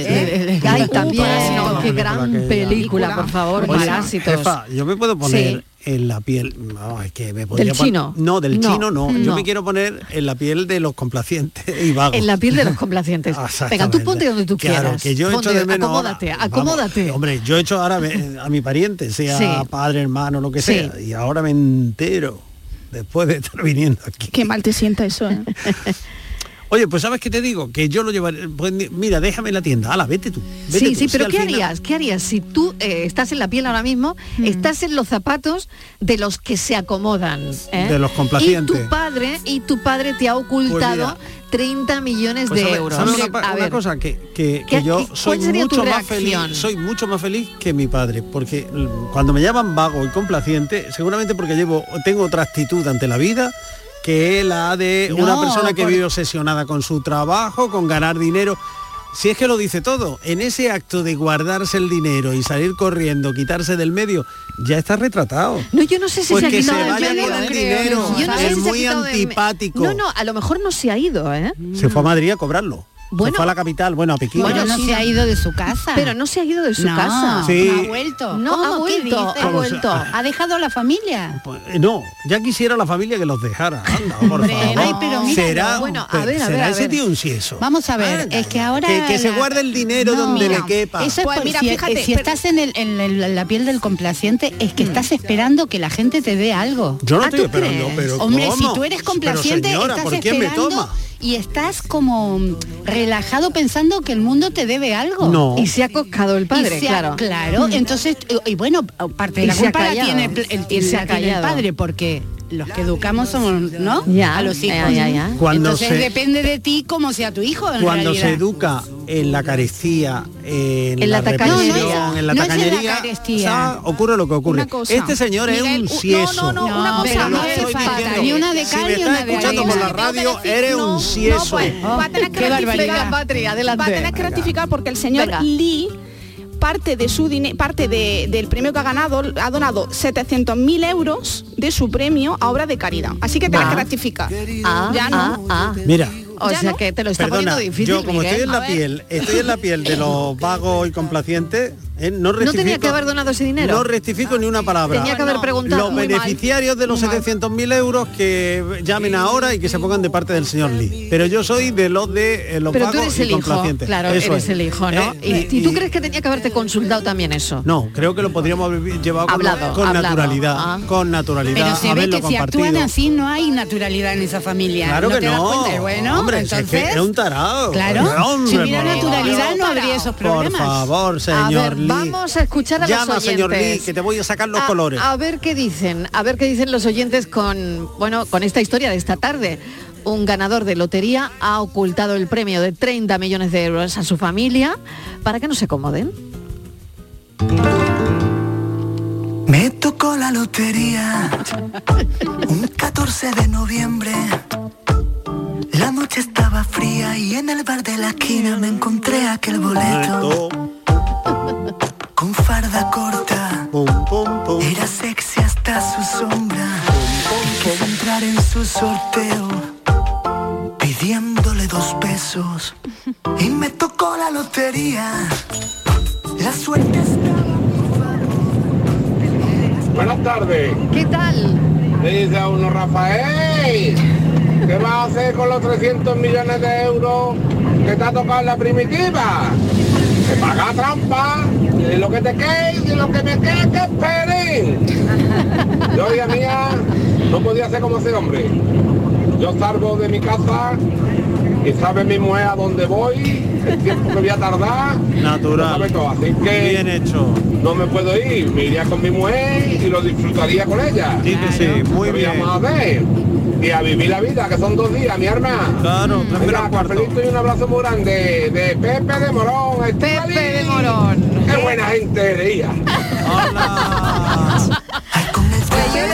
[SPEAKER 3] eh,
[SPEAKER 18] ¿Eh? Ay,
[SPEAKER 3] uh,
[SPEAKER 18] también,
[SPEAKER 3] Parásitos.
[SPEAKER 18] no, qué gran película, por favor,
[SPEAKER 19] Oye,
[SPEAKER 18] Parásitos.
[SPEAKER 19] jefa, yo me puedo poner en la piel... No, es que me podría
[SPEAKER 18] Del
[SPEAKER 19] pon-
[SPEAKER 18] chino.
[SPEAKER 19] No, del
[SPEAKER 18] No,
[SPEAKER 19] chino no. Yo
[SPEAKER 18] no.
[SPEAKER 19] me quiero poner en la piel de los complacientes y vagos. Ah,
[SPEAKER 18] En la piel de los complacientes. Venga, tú ponte donde tú
[SPEAKER 19] Claro,
[SPEAKER 18] quieras.
[SPEAKER 19] que yo echo
[SPEAKER 18] Ponte-
[SPEAKER 19] de menos ahora-
[SPEAKER 18] acomódate,
[SPEAKER 19] vamos,
[SPEAKER 18] acomódate.
[SPEAKER 19] hombre, yo echo ahora me- a mi pariente, sea
[SPEAKER 18] Sí.
[SPEAKER 19] padre, hermano, lo que
[SPEAKER 18] Sí.
[SPEAKER 19] sea, y ahora me entero después de estar viniendo aquí.
[SPEAKER 20] Qué mal te sienta eso, ¿eh?
[SPEAKER 19] Oye, pues sabes qué te digo, que yo lo llevaré. pues, ni- mira, déjame en la tienda, ala, vete tú. vete
[SPEAKER 18] Sí,
[SPEAKER 19] tú,
[SPEAKER 18] sí,
[SPEAKER 19] si
[SPEAKER 18] pero
[SPEAKER 19] al
[SPEAKER 18] ¿qué
[SPEAKER 19] final- Hmm.
[SPEAKER 18] harías? ¿Qué harías si tú eh, estás en la piel ahora mismo, estás en los zapatos de los que se acomodan? ¿eh?
[SPEAKER 19] De los complacientes. Pues
[SPEAKER 18] Y tu padre, y tu padre te ha ocultado
[SPEAKER 19] mira,
[SPEAKER 18] 30 millones
[SPEAKER 19] Pues
[SPEAKER 18] de
[SPEAKER 19] sabe-
[SPEAKER 18] euros.
[SPEAKER 19] sabe una,
[SPEAKER 18] Hombre,
[SPEAKER 19] pa-
[SPEAKER 18] a
[SPEAKER 19] una
[SPEAKER 18] ver,
[SPEAKER 19] cosa que, que- que
[SPEAKER 18] ¿Qué-
[SPEAKER 19] yo
[SPEAKER 18] qué- cuál
[SPEAKER 19] soy
[SPEAKER 18] sería tu
[SPEAKER 19] mucho más feliz,
[SPEAKER 18] reacción?
[SPEAKER 19] soy mucho más feliz que mi padre, porque mm, cuando me llaman vago y complaciente, seguramente porque llevo tengo otra actitud ante la vida que la de una
[SPEAKER 18] No,
[SPEAKER 19] persona que
[SPEAKER 18] por-
[SPEAKER 19] vive obsesionada con su trabajo, con ganar dinero. Si es que lo dice todo, en ese acto de guardarse el dinero y salir corriendo, quitarse del medio, ya está retratado.
[SPEAKER 18] No, yo no sé si
[SPEAKER 19] Pues
[SPEAKER 18] se ha
[SPEAKER 19] que
[SPEAKER 18] quitado
[SPEAKER 19] se
[SPEAKER 18] del
[SPEAKER 19] vaya
[SPEAKER 18] medio,
[SPEAKER 19] con el
[SPEAKER 18] ¿eh?
[SPEAKER 19] dinero,
[SPEAKER 18] Yo no sé si se
[SPEAKER 19] es
[SPEAKER 18] ha
[SPEAKER 19] muy
[SPEAKER 18] quitado del me-
[SPEAKER 19] antipático.
[SPEAKER 18] No, no, a lo mejor no se ha ido, ¿eh?
[SPEAKER 19] Se fue a Madrid a cobrarlo.
[SPEAKER 18] Bueno.
[SPEAKER 19] se fue a la capital, bueno, a Pekín. Eh,
[SPEAKER 3] Bueno, no
[SPEAKER 18] sí.
[SPEAKER 3] se ha ido de su casa.
[SPEAKER 18] Pero no se ha ido de su
[SPEAKER 3] No,
[SPEAKER 18] casa.
[SPEAKER 19] Sí.
[SPEAKER 3] no ha vuelto.
[SPEAKER 18] No, ha
[SPEAKER 3] ¿Cómo? ¿Qué
[SPEAKER 18] vuelto,
[SPEAKER 3] dices?
[SPEAKER 19] ¿Cómo
[SPEAKER 18] ha
[SPEAKER 19] se-
[SPEAKER 18] vuelto.
[SPEAKER 3] Ha dejado a la familia.
[SPEAKER 19] Eh, No, ya quisiera la familia que los dejara. Anda, por
[SPEAKER 3] Hombre,
[SPEAKER 19] favor.
[SPEAKER 3] ay, pero mira,
[SPEAKER 19] será
[SPEAKER 18] bueno, a
[SPEAKER 19] pero
[SPEAKER 18] ver, a
[SPEAKER 19] será
[SPEAKER 18] ver, a
[SPEAKER 19] ese
[SPEAKER 18] ver.
[SPEAKER 19] tío un sieso.
[SPEAKER 3] Vamos a ver, es que ahora...
[SPEAKER 19] Que- que se
[SPEAKER 3] la-
[SPEAKER 19] guarde el dinero donde le quepa.
[SPEAKER 3] Eso es
[SPEAKER 20] Pues
[SPEAKER 3] por-
[SPEAKER 20] mira,
[SPEAKER 3] si,
[SPEAKER 20] fíjate,
[SPEAKER 3] si
[SPEAKER 20] pero-
[SPEAKER 3] estás en, el- en el- la piel del complaciente, es que estás esperando que la gente te dé algo.
[SPEAKER 19] Mm. Yo no
[SPEAKER 3] Ah,
[SPEAKER 19] estoy
[SPEAKER 3] ¿tú
[SPEAKER 19] esperando,
[SPEAKER 3] crees?
[SPEAKER 19] pero
[SPEAKER 3] Hombre,
[SPEAKER 19] ¿cómo?
[SPEAKER 3] si tú eres
[SPEAKER 19] Pero
[SPEAKER 3] complaciente,
[SPEAKER 19] señora,
[SPEAKER 3] estás
[SPEAKER 19] ¿por qué me
[SPEAKER 3] esperando
[SPEAKER 19] toma?
[SPEAKER 3] y estás como mm, relajado pensando que el mundo te debe algo.
[SPEAKER 19] No.
[SPEAKER 18] Y se ha coscado el padre,
[SPEAKER 3] Y se ha-
[SPEAKER 18] claro. Mm.
[SPEAKER 3] entonces, y, y bueno, parte de
[SPEAKER 18] Y
[SPEAKER 3] la
[SPEAKER 18] se ha
[SPEAKER 3] culpa la
[SPEAKER 18] callado.
[SPEAKER 3] tiene el, pl- el-
[SPEAKER 18] Y se
[SPEAKER 3] la
[SPEAKER 18] ha
[SPEAKER 3] tiene el
[SPEAKER 18] callado.
[SPEAKER 3] padre, porque los que educamos somos, ¿no?
[SPEAKER 18] Ya,
[SPEAKER 3] a los
[SPEAKER 18] ya,
[SPEAKER 3] hijos.
[SPEAKER 18] ya, ya.
[SPEAKER 19] Cuando
[SPEAKER 3] entonces
[SPEAKER 19] se-
[SPEAKER 3] depende de ti cómo sea tu hijo, en
[SPEAKER 19] Cuando
[SPEAKER 3] realidad.
[SPEAKER 19] se educa en la carestía, en,
[SPEAKER 18] En la
[SPEAKER 19] represión,
[SPEAKER 3] tacañería.
[SPEAKER 19] en la
[SPEAKER 3] No es en la
[SPEAKER 19] tacañería,
[SPEAKER 3] carestía.
[SPEAKER 19] ah, ocurre lo que ocurre.
[SPEAKER 20] Una cosa.
[SPEAKER 19] Este señor
[SPEAKER 20] Miguel,
[SPEAKER 19] es
[SPEAKER 20] u-
[SPEAKER 19] un
[SPEAKER 20] no, no,
[SPEAKER 19] sieso.
[SPEAKER 20] no, una cosa,
[SPEAKER 3] pero no
[SPEAKER 19] lo
[SPEAKER 3] hace
[SPEAKER 19] estoy
[SPEAKER 3] falta,
[SPEAKER 19] diciendo.
[SPEAKER 3] ni una de
[SPEAKER 19] Si
[SPEAKER 3] cal,
[SPEAKER 19] me
[SPEAKER 3] ni
[SPEAKER 19] estás
[SPEAKER 3] una de
[SPEAKER 19] escuchando
[SPEAKER 3] arena.
[SPEAKER 19] por la
[SPEAKER 3] Tengo
[SPEAKER 19] radio, eres un
[SPEAKER 20] No,
[SPEAKER 19] sieso.
[SPEAKER 20] pues, va a tener que
[SPEAKER 3] Qué
[SPEAKER 20] rectificar,
[SPEAKER 3] barbaridad.
[SPEAKER 20] Patri, adelante. Va a tener que
[SPEAKER 19] Venga.
[SPEAKER 20] rectificar porque el señor
[SPEAKER 18] Venga.
[SPEAKER 20] Lee parte de su dine- parte de- del premio que ha ganado ha donado 700.000 euros de su premio a obra de caridad así que tenés
[SPEAKER 18] Ah.
[SPEAKER 20] que rectificar
[SPEAKER 18] Ah,
[SPEAKER 20] ya no
[SPEAKER 18] ah, ah.
[SPEAKER 19] Mira,
[SPEAKER 18] O
[SPEAKER 20] Ya
[SPEAKER 18] sea
[SPEAKER 20] no.
[SPEAKER 18] que te lo está
[SPEAKER 19] Perdona,
[SPEAKER 18] poniendo difícil,
[SPEAKER 19] yo como
[SPEAKER 18] Miguel.
[SPEAKER 19] estoy en
[SPEAKER 18] A
[SPEAKER 19] la
[SPEAKER 18] ver.
[SPEAKER 19] piel, estoy en la piel de los vagos y complacientes, ¿eh? no
[SPEAKER 18] ¿No tenía
[SPEAKER 19] rectifico-
[SPEAKER 18] que haber donado ese dinero?
[SPEAKER 19] No rectifico ni una palabra.
[SPEAKER 18] Tenía que haber preguntado.
[SPEAKER 19] Los
[SPEAKER 18] Muy mal.
[SPEAKER 19] beneficiarios de los 700.000 euros que llamen ahora y que se pongan de parte del señor Lee. Pero yo soy de los de eh, los
[SPEAKER 18] Pero tú
[SPEAKER 19] vagos
[SPEAKER 18] eres
[SPEAKER 19] y
[SPEAKER 18] el hijo,
[SPEAKER 19] complacientes.
[SPEAKER 18] claro,
[SPEAKER 19] Eso
[SPEAKER 18] eres
[SPEAKER 19] es.
[SPEAKER 18] el hijo, ¿no?
[SPEAKER 19] Eh,
[SPEAKER 18] ¿Y, y tú crees que tenía que haberte consultado también eso?
[SPEAKER 19] No, creo que lo podríamos haber llevado con,
[SPEAKER 18] Hablado,
[SPEAKER 19] con
[SPEAKER 18] hablado.
[SPEAKER 19] naturalidad,
[SPEAKER 18] Ah.
[SPEAKER 19] con naturalidad,
[SPEAKER 3] Pero se ve
[SPEAKER 19] haberlo
[SPEAKER 3] que si
[SPEAKER 19] compartido.
[SPEAKER 3] actúan así no hay naturalidad en esa familia.
[SPEAKER 19] Claro
[SPEAKER 3] ¿No
[SPEAKER 19] que
[SPEAKER 3] te das
[SPEAKER 19] no.
[SPEAKER 3] cuenta? Bueno,
[SPEAKER 19] hombre, si es
[SPEAKER 3] entonces...
[SPEAKER 19] que era un tarado.
[SPEAKER 3] Claro,
[SPEAKER 19] Hombre,
[SPEAKER 3] si hubiera
[SPEAKER 19] por favor.
[SPEAKER 3] naturalidad no habría esos
[SPEAKER 19] Por
[SPEAKER 3] problemas.
[SPEAKER 19] favor,
[SPEAKER 18] A
[SPEAKER 19] señor
[SPEAKER 18] ver,
[SPEAKER 19] Lee.
[SPEAKER 18] vamos a escuchar a
[SPEAKER 19] Llama,
[SPEAKER 18] los oyentes.
[SPEAKER 19] señor Lee, que te voy a sacar los
[SPEAKER 18] a,
[SPEAKER 19] colores.
[SPEAKER 18] A ver qué dicen, a ver qué dicen los oyentes con, bueno, con esta historia de esta tarde. Un ganador de lotería ha ocultado el premio de 30 millones de euros a su familia para que no se acomoden.
[SPEAKER 1] Me tocó la lotería un 14 de noviembre. La noche estaba fría y en el bar de la esquina me encontré aquel boleto con farda corta. Era sexy hasta su sombra. Quise entrar en su sorteo pidiéndole dos pesos y me tocó la lotería. La suerte estaba.
[SPEAKER 22] Buenas tardes.
[SPEAKER 18] ¿Qué tal?
[SPEAKER 22] Dice a uno, Rafael, ¿qué vas a hacer con los 300 millones de euros que te ha tocado en la primitiva? Paga trampa, de lo que te quede y de lo que me quede, que esperen. Yo, vida mía, no podía ser como ese hombre. Yo salgo de mi casa y sabe mi mujer a dónde voy, el tiempo que voy a tardar.
[SPEAKER 19] Natural.
[SPEAKER 22] lo sabe todo. Así que
[SPEAKER 19] Bien hecho.
[SPEAKER 22] no me puedo ir, me iría con mi mujer y lo disfrutaría con ella.
[SPEAKER 19] Sí que sí, muy
[SPEAKER 22] Pero
[SPEAKER 19] bien.
[SPEAKER 22] vamos a ver. Y a vivir la vida, que son dos días, mi hermana.
[SPEAKER 19] Claro, tres
[SPEAKER 22] Venga, cafelito y un abrazo muy grande de Pepe de Morón. Pepe de Morón. Qué buena gente eres,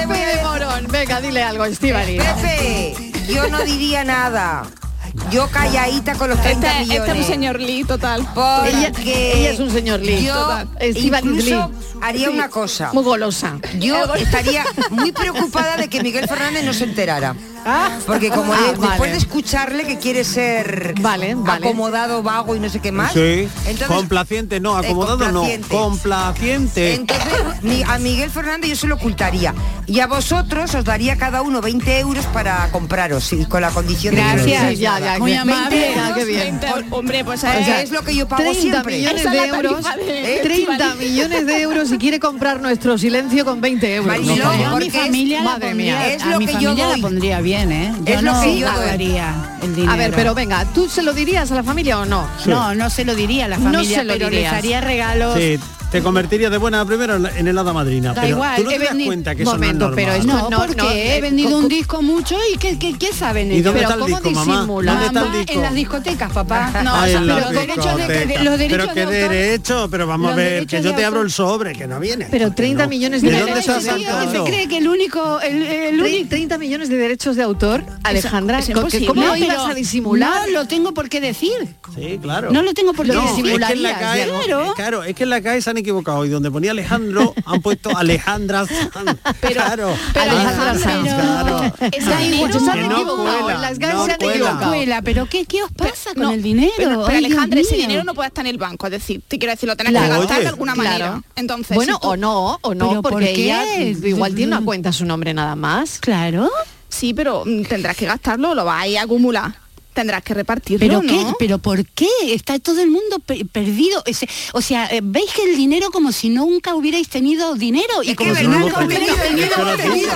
[SPEAKER 18] Pepe de Morón, venga, dile algo, Estivali.
[SPEAKER 21] Pepe, yo no diría nada. Yo calladita con los 30
[SPEAKER 20] Este- este es un
[SPEAKER 21] millones.
[SPEAKER 20] señor Lee total.
[SPEAKER 21] Porque
[SPEAKER 18] Ella- ella es un señor Lee,
[SPEAKER 21] Yo
[SPEAKER 18] total. Estíbaliz
[SPEAKER 21] incluso
[SPEAKER 18] Lee.
[SPEAKER 21] haría
[SPEAKER 18] Sí,
[SPEAKER 21] una cosa.
[SPEAKER 18] muy golosa. Eh,
[SPEAKER 21] Yo estaría muy preocupada de que Miguel Fernández no se enterara. Porque como
[SPEAKER 18] Ah,
[SPEAKER 21] de- después
[SPEAKER 18] vale.
[SPEAKER 21] de escucharle que quiere ser acomodado, vago y no sé qué más.
[SPEAKER 19] Sí.
[SPEAKER 21] Entonces,
[SPEAKER 19] complaciente, no,
[SPEAKER 21] Eh,
[SPEAKER 19] acomodado
[SPEAKER 21] complaciente.
[SPEAKER 19] no. Complaciente.
[SPEAKER 21] Entonces, mi- a Miguel Fernández yo se lo ocultaría. Y a vosotros os daría cada uno 20 euros para compraros y con la condición de que no
[SPEAKER 18] Gracias.
[SPEAKER 21] digáis
[SPEAKER 18] Sí, ya,
[SPEAKER 21] nada.
[SPEAKER 18] ya, Muy 20 amable, euros, ya, qué bien. 20
[SPEAKER 20] hombre, pues
[SPEAKER 21] O
[SPEAKER 18] O
[SPEAKER 21] sea,
[SPEAKER 18] sea,
[SPEAKER 21] es lo que yo pago
[SPEAKER 18] 30
[SPEAKER 21] siempre.
[SPEAKER 18] millones de euros, 30 millones de euros y quiere comprar nuestro silencio con 20 euros.
[SPEAKER 21] Mariló,
[SPEAKER 18] No,
[SPEAKER 21] porque
[SPEAKER 3] Yo a mi
[SPEAKER 21] es-
[SPEAKER 3] familia la
[SPEAKER 18] madre mía.
[SPEAKER 3] pondría,
[SPEAKER 18] Es
[SPEAKER 3] a
[SPEAKER 18] lo
[SPEAKER 3] mi
[SPEAKER 18] que yo
[SPEAKER 3] familia la
[SPEAKER 18] doy.
[SPEAKER 3] pondría bien, ¿eh? Yo
[SPEAKER 18] Es lo
[SPEAKER 3] no
[SPEAKER 18] que yo doy.
[SPEAKER 3] pagaría el dinero.
[SPEAKER 18] A ver, pero venga, ¿tú se lo dirías a la familia o no?
[SPEAKER 3] Sí. No, no se lo diría a la familia,
[SPEAKER 18] no se lo
[SPEAKER 3] pero
[SPEAKER 18] dirías.
[SPEAKER 3] les haría regalos.
[SPEAKER 19] Sí, te convertirías de buena a primera en helada madrina.
[SPEAKER 3] Da
[SPEAKER 19] pero
[SPEAKER 3] igual,
[SPEAKER 19] tú no
[SPEAKER 3] he
[SPEAKER 19] te das
[SPEAKER 3] vendi-
[SPEAKER 19] cuenta que eso
[SPEAKER 18] Momento,
[SPEAKER 19] no es normal.
[SPEAKER 18] pero esto
[SPEAKER 3] No,
[SPEAKER 18] no,
[SPEAKER 3] porque
[SPEAKER 18] no, eh,
[SPEAKER 3] he vendido
[SPEAKER 18] co-
[SPEAKER 3] un disco mucho y ¿qué, qué, qué saben
[SPEAKER 19] ¿Y
[SPEAKER 3] ellos?
[SPEAKER 19] dónde
[SPEAKER 3] pero
[SPEAKER 19] está el disco, mamá?
[SPEAKER 3] disimula?
[SPEAKER 19] ¿Dónde está el disco?
[SPEAKER 3] en las discotecas, papá.
[SPEAKER 19] Ah, en la
[SPEAKER 3] los derechos de, de-
[SPEAKER 19] discoteca.
[SPEAKER 3] los derechos
[SPEAKER 19] pero qué
[SPEAKER 3] de autor-
[SPEAKER 19] derecho, pero vamos a
[SPEAKER 3] los
[SPEAKER 19] ver,
[SPEAKER 3] derechos
[SPEAKER 19] que yo
[SPEAKER 3] de
[SPEAKER 19] te
[SPEAKER 3] autor-
[SPEAKER 19] abro el sobre, que no viene.
[SPEAKER 18] Pero 30 millones de,
[SPEAKER 3] Mira,
[SPEAKER 19] dónde
[SPEAKER 3] el
[SPEAKER 19] estás
[SPEAKER 3] tío que
[SPEAKER 19] sacando?
[SPEAKER 3] se cree que el único el, el único
[SPEAKER 18] 30 millones de derechos de autor, Alejandra,
[SPEAKER 3] es
[SPEAKER 18] ¿cómo
[SPEAKER 3] imposible.
[SPEAKER 18] cómo
[SPEAKER 3] No,
[SPEAKER 18] lo ibas
[SPEAKER 3] pero
[SPEAKER 18] a disimular?
[SPEAKER 3] No lo tengo por qué decir.
[SPEAKER 19] Sí, claro.
[SPEAKER 3] No lo tengo por qué
[SPEAKER 19] No,
[SPEAKER 3] disimular.
[SPEAKER 19] Es que en la CAE,
[SPEAKER 3] Claro.
[SPEAKER 19] eh, claro, es que en la CAE se han equivocado y donde ponía Alejandro han puesto Alejandra Sanz. claro.
[SPEAKER 3] pero
[SPEAKER 19] Alejandra
[SPEAKER 3] Alejandro,
[SPEAKER 19] Sanz, claro.
[SPEAKER 3] es Da dinero. igual,
[SPEAKER 19] Que
[SPEAKER 3] se han
[SPEAKER 19] no
[SPEAKER 18] equivocado,
[SPEAKER 19] cuela,
[SPEAKER 18] las GAE
[SPEAKER 19] no
[SPEAKER 18] se han
[SPEAKER 19] cuela.
[SPEAKER 18] equivocado.
[SPEAKER 3] Escuela, pero ¿qué, qué os pasa con
[SPEAKER 20] No,
[SPEAKER 3] el dinero?
[SPEAKER 20] Pero, pero,
[SPEAKER 3] Ay, Dios
[SPEAKER 20] Alejandra, ese
[SPEAKER 3] mío.
[SPEAKER 20] dinero no puede estar en el banco, es decir, te quiero decir, lo tenés
[SPEAKER 18] Claro.
[SPEAKER 20] que gastar
[SPEAKER 18] Oye.
[SPEAKER 20] de alguna
[SPEAKER 18] Claro.
[SPEAKER 20] manera. Entonces,
[SPEAKER 18] Bueno,
[SPEAKER 20] si tú-
[SPEAKER 18] o no, o no,
[SPEAKER 3] ¿Pero por
[SPEAKER 18] porque
[SPEAKER 3] qué?
[SPEAKER 18] ella igual tiene una cuenta a su nombre nada más.
[SPEAKER 3] Claro.
[SPEAKER 20] "Mm". Sí, pero mm, tendrás que gastarlo, lo vas a ir a acumular. Tendrás que repartirlo,
[SPEAKER 3] ¿Pero
[SPEAKER 20] ¿no?
[SPEAKER 3] qué? ¿Pero por qué? Está todo el mundo pe- perdido. Ese- o sea, eh, veis que el dinero como si nunca hubierais tenido dinero y como
[SPEAKER 19] que
[SPEAKER 3] si
[SPEAKER 19] verdad,
[SPEAKER 3] nunca
[SPEAKER 19] no
[SPEAKER 3] hubierais
[SPEAKER 19] tenéis
[SPEAKER 3] tenido
[SPEAKER 19] dinero,
[SPEAKER 3] tenido
[SPEAKER 18] no tenéis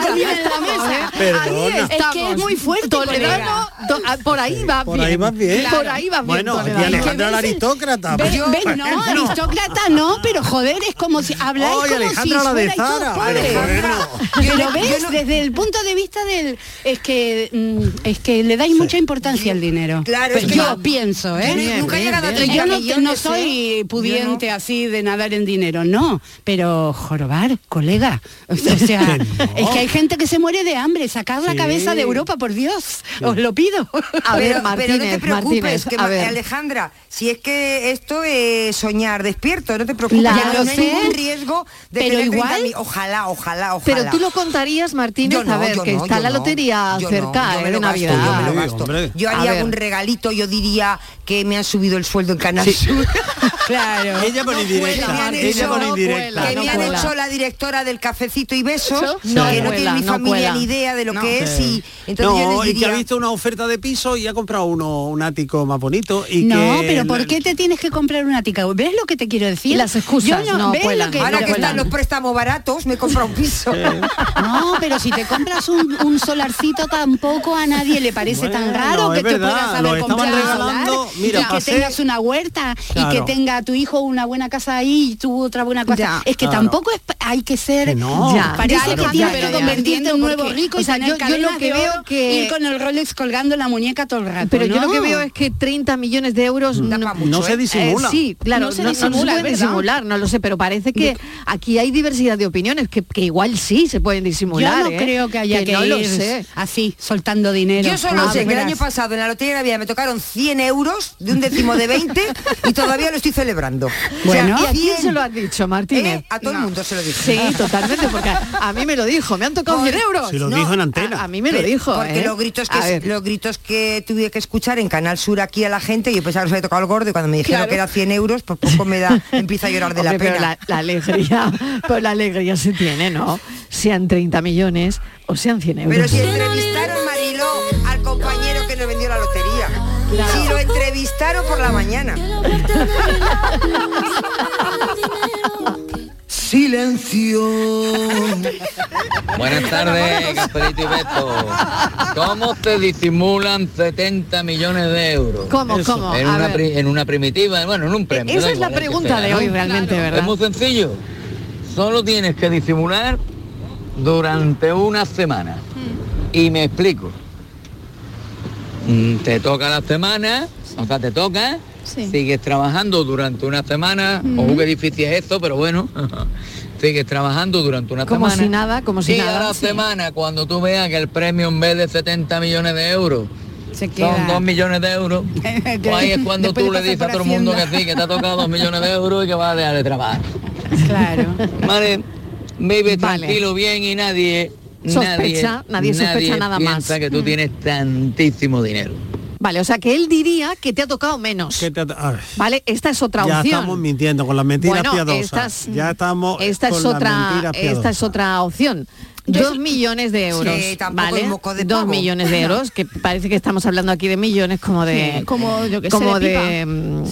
[SPEAKER 3] la comida en la mesa.
[SPEAKER 19] Perdona.
[SPEAKER 3] Es que es muy fuerte.
[SPEAKER 18] Toledano,
[SPEAKER 3] colega.
[SPEAKER 18] to- ah, por ahí va
[SPEAKER 19] Por ahí vas bien.
[SPEAKER 18] Por ahí va bien.
[SPEAKER 19] Bueno, aquí
[SPEAKER 18] Toledano.
[SPEAKER 19] Alejandra la aristócrata.
[SPEAKER 3] Ve-
[SPEAKER 19] pero-
[SPEAKER 3] ve- eh, no, aristócrata no, pero joder, es como si habláis
[SPEAKER 19] Ay,
[SPEAKER 3] como
[SPEAKER 19] Alejandra
[SPEAKER 3] si
[SPEAKER 19] la de
[SPEAKER 3] fuerais todos
[SPEAKER 19] Zara,
[SPEAKER 3] pobres.
[SPEAKER 19] pero bueno.
[SPEAKER 3] Pero
[SPEAKER 21] Yo no-
[SPEAKER 3] ves,
[SPEAKER 21] yo no-
[SPEAKER 3] desde el punto de vista del... Es que, mm, es que le dais mucha importancia al dinero.
[SPEAKER 21] Claro,
[SPEAKER 3] Pero
[SPEAKER 21] es que
[SPEAKER 3] yo
[SPEAKER 21] yo-
[SPEAKER 3] pienso, ¿eh?
[SPEAKER 21] yo no- nunca he llegado a
[SPEAKER 3] Yo
[SPEAKER 21] 30
[SPEAKER 3] no- yo no,
[SPEAKER 21] millones, ¿eh?
[SPEAKER 3] soy
[SPEAKER 21] Yo
[SPEAKER 3] pudiente así de nadar en dinero, no. Pero jorobar, colega. O sea, es que hay gente que se muere de hambre. Sacar la
[SPEAKER 19] Oh. Sí.
[SPEAKER 3] cabeza de Europa, por Dios. Os lo pido.
[SPEAKER 18] A
[SPEAKER 21] pero,
[SPEAKER 18] ver,
[SPEAKER 21] pero no te
[SPEAKER 18] Martínez,
[SPEAKER 21] preocupes,
[SPEAKER 18] Martínez,
[SPEAKER 21] que
[SPEAKER 18] a
[SPEAKER 21] Ma-
[SPEAKER 18] ver.
[SPEAKER 21] Alejandra, si es que esto es soñar despierto, no te preocupes,
[SPEAKER 18] Claro,
[SPEAKER 21] ya no hay
[SPEAKER 18] sé,
[SPEAKER 21] ningún riesgo de
[SPEAKER 3] pero
[SPEAKER 21] tener 30
[SPEAKER 3] igual-
[SPEAKER 21] mil. Ojalá, ojalá, ojalá.
[SPEAKER 18] Pero tú lo contarías, Martínez,
[SPEAKER 21] Yo no,
[SPEAKER 18] a ver,
[SPEAKER 21] yo
[SPEAKER 18] que
[SPEAKER 21] no,
[SPEAKER 18] está
[SPEAKER 21] yo
[SPEAKER 18] la
[SPEAKER 21] no,
[SPEAKER 18] lotería
[SPEAKER 21] yo no,
[SPEAKER 18] cerca
[SPEAKER 21] yo me
[SPEAKER 18] eh,
[SPEAKER 21] lo
[SPEAKER 18] de
[SPEAKER 21] gasto,
[SPEAKER 18] Navidad.
[SPEAKER 21] yo me lo
[SPEAKER 19] Sí,
[SPEAKER 21] gasto.
[SPEAKER 19] hombre.
[SPEAKER 21] Yo
[SPEAKER 18] A
[SPEAKER 21] haría
[SPEAKER 18] ver.
[SPEAKER 21] algún regalito, yo diría que me han subido el sueldo en Canal Sur.
[SPEAKER 3] Claro.
[SPEAKER 19] Ella con
[SPEAKER 21] que me
[SPEAKER 19] indirecta.
[SPEAKER 21] han
[SPEAKER 19] Ella
[SPEAKER 21] hecho-
[SPEAKER 19] con
[SPEAKER 18] no
[SPEAKER 19] indirecta.
[SPEAKER 21] que
[SPEAKER 18] no
[SPEAKER 21] me han
[SPEAKER 18] cuela.
[SPEAKER 21] hecho la directora del cafecito y besos,
[SPEAKER 18] ¿Eso?
[SPEAKER 21] que
[SPEAKER 18] No
[SPEAKER 21] no
[SPEAKER 18] cuela,
[SPEAKER 21] tiene mi
[SPEAKER 18] no
[SPEAKER 21] familia
[SPEAKER 18] cuela.
[SPEAKER 21] ni idea de lo
[SPEAKER 18] No.
[SPEAKER 21] que es y entonces yo
[SPEAKER 19] no,
[SPEAKER 21] les
[SPEAKER 19] y que ha
[SPEAKER 21] diría
[SPEAKER 19] visto una oferta de piso y ha comprado uno, un ático más bonito y
[SPEAKER 3] No,
[SPEAKER 19] que
[SPEAKER 3] pero ¿por
[SPEAKER 19] el-
[SPEAKER 3] qué te tienes que comprar una tica? ¿Ves lo que te quiero decir?
[SPEAKER 18] Las excusas, no
[SPEAKER 3] ¿ves
[SPEAKER 18] cuelan,
[SPEAKER 3] lo que-
[SPEAKER 21] Ahora
[SPEAKER 18] no
[SPEAKER 21] que están
[SPEAKER 18] cuelan.
[SPEAKER 21] los préstamos baratos, me compra un piso.
[SPEAKER 3] No, pero si te compras un, un solarcito tampoco a nadie le parece tan
[SPEAKER 19] Bueno,
[SPEAKER 3] raro que
[SPEAKER 19] es
[SPEAKER 3] te
[SPEAKER 19] verdad,
[SPEAKER 3] puedas
[SPEAKER 19] Ah, lo
[SPEAKER 3] haber
[SPEAKER 19] estaban
[SPEAKER 3] comprado un
[SPEAKER 19] regalando,
[SPEAKER 3] solar
[SPEAKER 19] mira,
[SPEAKER 3] y que
[SPEAKER 19] pasé-
[SPEAKER 3] tengas una huerta y que
[SPEAKER 19] Claro.
[SPEAKER 3] tenga tu hijo una buena casa ahí y tú otra buena casa.
[SPEAKER 18] Ya.
[SPEAKER 3] es que
[SPEAKER 19] Claro.
[SPEAKER 3] tampoco es, hay que ser
[SPEAKER 19] Que no. Ya.
[SPEAKER 3] parece
[SPEAKER 18] Ya,
[SPEAKER 3] que
[SPEAKER 18] ya,
[SPEAKER 3] tienes
[SPEAKER 18] ya,
[SPEAKER 3] que
[SPEAKER 18] ya.
[SPEAKER 3] convertirte en un
[SPEAKER 18] Entiendo
[SPEAKER 3] nuevo
[SPEAKER 18] por qué.
[SPEAKER 3] rico y
[SPEAKER 18] O sea,
[SPEAKER 3] tener
[SPEAKER 18] yo- yo lo
[SPEAKER 3] cadenas
[SPEAKER 18] que
[SPEAKER 3] de
[SPEAKER 18] veo
[SPEAKER 3] oro,
[SPEAKER 18] que-
[SPEAKER 3] ir con el Rolex colgando la muñeca todo el rato.
[SPEAKER 18] Pero yo lo que
[SPEAKER 3] ¿no?
[SPEAKER 18] veo es que 30 millones de euros no,
[SPEAKER 19] mucho, se ¿eh? disimula.
[SPEAKER 18] Eh, sí, claro, no se, disimula,
[SPEAKER 20] es verdad.
[SPEAKER 18] disimular, no lo sé, pero parece que aquí hay diversidad de opiniones que, que igual sí se pueden disimular.
[SPEAKER 3] Yo no
[SPEAKER 18] ¿eh?
[SPEAKER 3] creo que haya que,
[SPEAKER 18] no
[SPEAKER 3] ir
[SPEAKER 18] lo sé.
[SPEAKER 3] así, soltando dinero.
[SPEAKER 21] Yo solo
[SPEAKER 3] Ah,
[SPEAKER 18] pues
[SPEAKER 21] sé que el
[SPEAKER 3] verás.
[SPEAKER 21] año pasado en la Lotería de Navidad me tocaron 100 euros de un décimo de 20 y todavía lo estoy celebrando.
[SPEAKER 3] Bueno.
[SPEAKER 18] ¿Y a quién
[SPEAKER 21] 100,
[SPEAKER 18] se lo has dicho, Martínez?
[SPEAKER 21] ¿eh? A todo el mundo se lo dije.
[SPEAKER 18] Sí, totalmente, porque a, a mí me lo dijo, me han tocado 100 euros.
[SPEAKER 19] Se lo dijo en antena.
[SPEAKER 18] A, a mí me lo dijo.
[SPEAKER 21] Porque
[SPEAKER 18] ¿eh?
[SPEAKER 21] los, gritos
[SPEAKER 18] A
[SPEAKER 21] que,
[SPEAKER 18] ver.
[SPEAKER 21] los gritos que tuve que escuchar en Canal Sur aquí a la gente, yo pensaba que se había tocado el gordo y cuando me dijeron
[SPEAKER 18] Claro.
[SPEAKER 21] que era 100 euros, por poco me da, empieza a llorar de la
[SPEAKER 18] Hombre,
[SPEAKER 21] pena.
[SPEAKER 18] pero la, la alegría, pero la alegría se tiene, ¿no? Sean 30 millones o sean 100 euros.
[SPEAKER 21] Pero si entrevistaron, Mariló, al compañero que nos vendió la lotería. Si lo entrevistaron por la mañana.
[SPEAKER 1] Silencio.
[SPEAKER 23] Buenas tardes, Gasperito y Beto. ¿Cómo te disimulan 70 millones de euros?
[SPEAKER 18] ¿Cómo, Eso. cómo?
[SPEAKER 23] En
[SPEAKER 18] A
[SPEAKER 23] una,
[SPEAKER 18] ver.
[SPEAKER 23] pri- en una primitiva, bueno, en un premio.
[SPEAKER 18] Esa
[SPEAKER 23] da
[SPEAKER 18] es la
[SPEAKER 23] igual, el que
[SPEAKER 18] pregunta
[SPEAKER 23] sea,
[SPEAKER 18] de
[SPEAKER 23] ¿no?
[SPEAKER 18] hoy realmente, ¿verdad?
[SPEAKER 23] Es muy sencillo. Solo tienes que disimular durante una semana. Y me explico. Mm, Te toca la semana, o sea, te toca, sigues trabajando durante una semana,
[SPEAKER 18] Mm.
[SPEAKER 23] o qué difícil es esto, pero bueno, sigues trabajando durante una
[SPEAKER 18] Como
[SPEAKER 23] semana.
[SPEAKER 18] si nada, como si
[SPEAKER 23] Y a
[SPEAKER 18] nada.
[SPEAKER 23] la
[SPEAKER 18] sí.
[SPEAKER 23] semana, cuando tú veas que el premio en vez de 70 millones de euros
[SPEAKER 3] queda.
[SPEAKER 23] son 2 millones de euros, pues ahí es cuando
[SPEAKER 3] Después
[SPEAKER 23] tú
[SPEAKER 3] de
[SPEAKER 23] le dices a
[SPEAKER 3] pasar
[SPEAKER 23] todo
[SPEAKER 3] por
[SPEAKER 23] el mundo que
[SPEAKER 3] Hacienda.
[SPEAKER 23] sí, que te ha tocado 2 millones de euros y que vas a dejar de trabajar.
[SPEAKER 3] Claro.
[SPEAKER 23] Vale, vive tranquilo, bien y nadie...
[SPEAKER 18] Sospecha, nadie sospecha nada más.
[SPEAKER 23] piensa que tú tienes tantísimo dinero.
[SPEAKER 18] Vale, o sea que él diría que te ha tocado menos.
[SPEAKER 19] ¿Qué te ha to- Ay,
[SPEAKER 18] Vale, esta es otra
[SPEAKER 19] ya
[SPEAKER 18] opción.
[SPEAKER 19] estamos mintiendo con las mentiras
[SPEAKER 18] Bueno,
[SPEAKER 19] piadosas.
[SPEAKER 18] esta es-
[SPEAKER 19] ya estamos
[SPEAKER 18] Esta es
[SPEAKER 19] con las
[SPEAKER 18] otra,
[SPEAKER 19] mentiras
[SPEAKER 18] esta
[SPEAKER 19] piadosas.
[SPEAKER 18] es otra opción. Dos millones de euros,
[SPEAKER 21] Sí, tampoco
[SPEAKER 18] ¿vale?
[SPEAKER 21] es moco de
[SPEAKER 18] Dos
[SPEAKER 21] pavo.
[SPEAKER 18] millones de euros, que parece que estamos hablando aquí de millones como de,
[SPEAKER 20] Sí, como, yo que sé,
[SPEAKER 18] como
[SPEAKER 20] de pipa.
[SPEAKER 18] de, mm,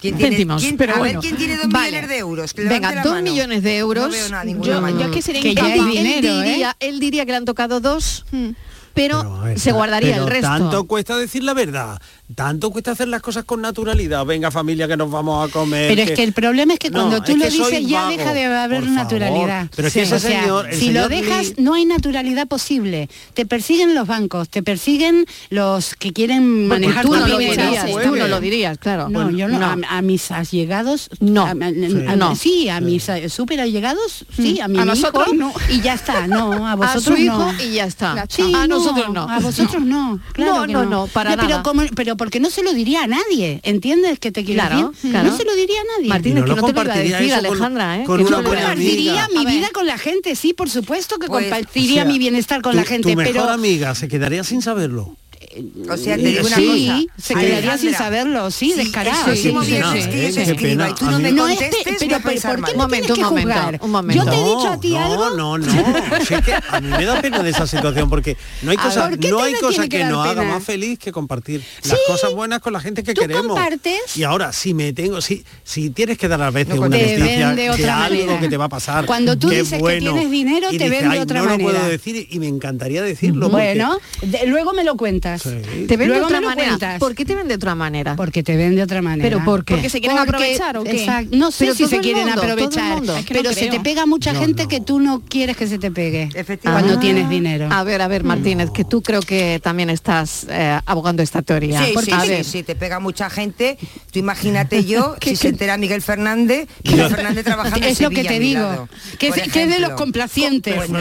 [SPEAKER 21] ¿Quién tiene-
[SPEAKER 18] céntimos.
[SPEAKER 21] quién-
[SPEAKER 18] pero
[SPEAKER 21] a ver,
[SPEAKER 18] bueno.
[SPEAKER 21] ¿quién tiene dos
[SPEAKER 18] Vale.
[SPEAKER 21] millones de euros? Que levante
[SPEAKER 18] Venga,
[SPEAKER 21] la
[SPEAKER 18] dos
[SPEAKER 21] mano.
[SPEAKER 18] millones de euros.
[SPEAKER 21] No veo nada, ninguna mano.
[SPEAKER 18] que
[SPEAKER 21] ya ¿eh?
[SPEAKER 18] él,
[SPEAKER 21] di-
[SPEAKER 18] él
[SPEAKER 21] él
[SPEAKER 18] diría,
[SPEAKER 21] diría-
[SPEAKER 18] él diría que le han tocado dos,
[SPEAKER 21] Hmm.
[SPEAKER 18] pero, se
[SPEAKER 19] Ta-
[SPEAKER 18] guardaría
[SPEAKER 19] pero
[SPEAKER 18] el resto.
[SPEAKER 19] Tanto cuesta decir la verdad, tanto cuesta hacer las cosas con naturalidad. Venga familia que nos vamos a comer.
[SPEAKER 3] Pero es que el problema es que
[SPEAKER 19] No,
[SPEAKER 3] cuando tú
[SPEAKER 19] es
[SPEAKER 3] lo
[SPEAKER 19] que soy
[SPEAKER 3] dices ya
[SPEAKER 19] vago.
[SPEAKER 3] deja de haber naturalidad.
[SPEAKER 19] Pero es que ese
[SPEAKER 3] o sea,
[SPEAKER 19] señor- el
[SPEAKER 3] si lo
[SPEAKER 19] señor
[SPEAKER 3] dejas no hay naturalidad posible. Te persiguen los bancos, te persiguen los que quieren
[SPEAKER 18] Porque
[SPEAKER 3] manejar
[SPEAKER 18] Pues, tú
[SPEAKER 3] tu
[SPEAKER 18] no lo
[SPEAKER 3] dinero.
[SPEAKER 18] dirías,
[SPEAKER 3] Sí,
[SPEAKER 18] tú no lo dirías, claro.
[SPEAKER 3] No,
[SPEAKER 18] Bueno,
[SPEAKER 3] yo no,
[SPEAKER 18] no.
[SPEAKER 3] A, a mis allegados
[SPEAKER 18] no.
[SPEAKER 3] A, a-
[SPEAKER 18] Sí.
[SPEAKER 3] a-
[SPEAKER 18] No.
[SPEAKER 3] Sí, a mis eh, súper allegados, sí,
[SPEAKER 18] Mm.
[SPEAKER 3] a mi
[SPEAKER 18] A
[SPEAKER 3] hijo,
[SPEAKER 18] nosotros no.
[SPEAKER 3] Y ya está, no, a
[SPEAKER 18] A
[SPEAKER 3] vosotros
[SPEAKER 18] su hijo
[SPEAKER 3] no.
[SPEAKER 18] y ya está.
[SPEAKER 3] Sí,
[SPEAKER 18] a nosotros no.
[SPEAKER 3] A vosotros no. claro
[SPEAKER 18] No,
[SPEAKER 3] que
[SPEAKER 18] no, no, para
[SPEAKER 3] pero
[SPEAKER 18] nada.
[SPEAKER 3] como- pero porque no se lo diría a nadie, ¿entiendes que te quiero
[SPEAKER 18] Claro,
[SPEAKER 3] decir?
[SPEAKER 18] claro.
[SPEAKER 3] No se lo diría a nadie.
[SPEAKER 18] Martín,
[SPEAKER 19] Y
[SPEAKER 18] es
[SPEAKER 19] no
[SPEAKER 18] que
[SPEAKER 19] lo
[SPEAKER 18] no te lo iba a
[SPEAKER 19] compartiría
[SPEAKER 18] decir,
[SPEAKER 19] eso con-
[SPEAKER 18] Alejandra, ¿eh?
[SPEAKER 19] con
[SPEAKER 18] Que tú
[SPEAKER 19] una
[SPEAKER 18] no lo ibas a
[SPEAKER 19] buena
[SPEAKER 18] decir.
[SPEAKER 19] amiga.
[SPEAKER 3] compartiría mi vida con la gente, sí, por supuesto que
[SPEAKER 21] Pues,
[SPEAKER 3] compartiría
[SPEAKER 19] O sea,
[SPEAKER 3] mi bienestar con
[SPEAKER 19] tu-
[SPEAKER 3] la gente,
[SPEAKER 19] Tu mejor
[SPEAKER 3] pero
[SPEAKER 19] amiga se quedaría sin saberlo. Eh,
[SPEAKER 21] O sea, te digo una cosa.
[SPEAKER 3] sí, se quedaría
[SPEAKER 21] Alejandra,
[SPEAKER 3] sin saberlo, sí, descarado.
[SPEAKER 21] el próximo
[SPEAKER 19] sí,
[SPEAKER 21] viernes
[SPEAKER 19] sí,
[SPEAKER 21] que yo
[SPEAKER 19] sí,
[SPEAKER 21] te
[SPEAKER 19] qué
[SPEAKER 21] escriba
[SPEAKER 19] pena.
[SPEAKER 21] y tú no me
[SPEAKER 3] No es pe-
[SPEAKER 19] Este
[SPEAKER 21] contestes, voy
[SPEAKER 3] pero,
[SPEAKER 21] a
[SPEAKER 3] pero
[SPEAKER 21] pensar
[SPEAKER 3] ¿por qué
[SPEAKER 21] mal.
[SPEAKER 18] Un momento, un
[SPEAKER 3] tienes que
[SPEAKER 18] momento,
[SPEAKER 3] juzgar.
[SPEAKER 18] un momento.
[SPEAKER 3] Yo te he dicho a ti
[SPEAKER 19] no,
[SPEAKER 3] algo.
[SPEAKER 19] No, no, Si es que a mí me da pena de esa situación porque no hay
[SPEAKER 3] A
[SPEAKER 19] cosa,
[SPEAKER 3] ver, Ah, ¿qué
[SPEAKER 19] no
[SPEAKER 3] te
[SPEAKER 19] hay
[SPEAKER 3] da-
[SPEAKER 19] cosa
[SPEAKER 3] tiene que
[SPEAKER 19] que
[SPEAKER 3] dar
[SPEAKER 19] nos haga
[SPEAKER 3] pena?
[SPEAKER 19] más feliz que compartir las
[SPEAKER 3] Sí,
[SPEAKER 19] cosas buenas con la gente que
[SPEAKER 3] tú
[SPEAKER 19] queremos.
[SPEAKER 3] compartes.
[SPEAKER 19] Y ahora si me tengo, si si tienes que dar a veces
[SPEAKER 3] No,
[SPEAKER 19] una
[SPEAKER 3] te
[SPEAKER 19] noticia
[SPEAKER 3] ven de
[SPEAKER 19] de
[SPEAKER 3] otra
[SPEAKER 19] algo
[SPEAKER 3] manera.
[SPEAKER 19] que te va a pasar.
[SPEAKER 3] Cuando tú
[SPEAKER 19] qué
[SPEAKER 3] dices que
[SPEAKER 19] bueno,
[SPEAKER 3] tienes dinero,
[SPEAKER 19] y
[SPEAKER 3] te
[SPEAKER 19] dices,
[SPEAKER 3] ven de
[SPEAKER 19] "Ay,
[SPEAKER 3] otra
[SPEAKER 19] no lo puedo
[SPEAKER 3] manera".
[SPEAKER 19] decir y me encantaría decirlo. porque-
[SPEAKER 3] Bueno, de- luego me lo cuentas.
[SPEAKER 18] Te ven de
[SPEAKER 3] Luego
[SPEAKER 18] otra
[SPEAKER 3] me lo
[SPEAKER 18] manera.
[SPEAKER 3] cuentas.
[SPEAKER 18] ¿Por qué te ven de otra manera?
[SPEAKER 3] Porque te ven de otra manera.
[SPEAKER 18] ¿Pero por qué?
[SPEAKER 20] ¿Porque se quieren aprovechar o qué?
[SPEAKER 3] exacto, no sé
[SPEAKER 18] Pero
[SPEAKER 3] si
[SPEAKER 18] todo
[SPEAKER 3] se
[SPEAKER 18] el
[SPEAKER 3] quieren
[SPEAKER 18] mundo, todo el
[SPEAKER 3] aprovechar,
[SPEAKER 18] mundo. Es que no
[SPEAKER 3] pero se
[SPEAKER 18] creo.
[SPEAKER 3] te pega mucha
[SPEAKER 18] Yo
[SPEAKER 3] gente que tú no quieres que se te pegue. Cuando
[SPEAKER 18] Ah.
[SPEAKER 3] tienes dinero.
[SPEAKER 18] A ver, a ver, Martínez, que tú creo que también estás eh, abogando esta teoría.
[SPEAKER 21] Sí,
[SPEAKER 18] Porque-
[SPEAKER 21] sí,
[SPEAKER 18] a
[SPEAKER 21] sí,
[SPEAKER 18] ver,
[SPEAKER 21] sí, te pega mucha gente. Tú imagínate yo, si se entera Miguel Fernández, Miguel Fernández trabajando en
[SPEAKER 3] es lo que
[SPEAKER 21] Sevilla a
[SPEAKER 3] te
[SPEAKER 21] mi
[SPEAKER 3] digo.
[SPEAKER 21] lado,
[SPEAKER 3] Que,
[SPEAKER 21] por
[SPEAKER 3] se- que es de los
[SPEAKER 21] ejemplo.
[SPEAKER 3] complacientes.
[SPEAKER 21] Pues no.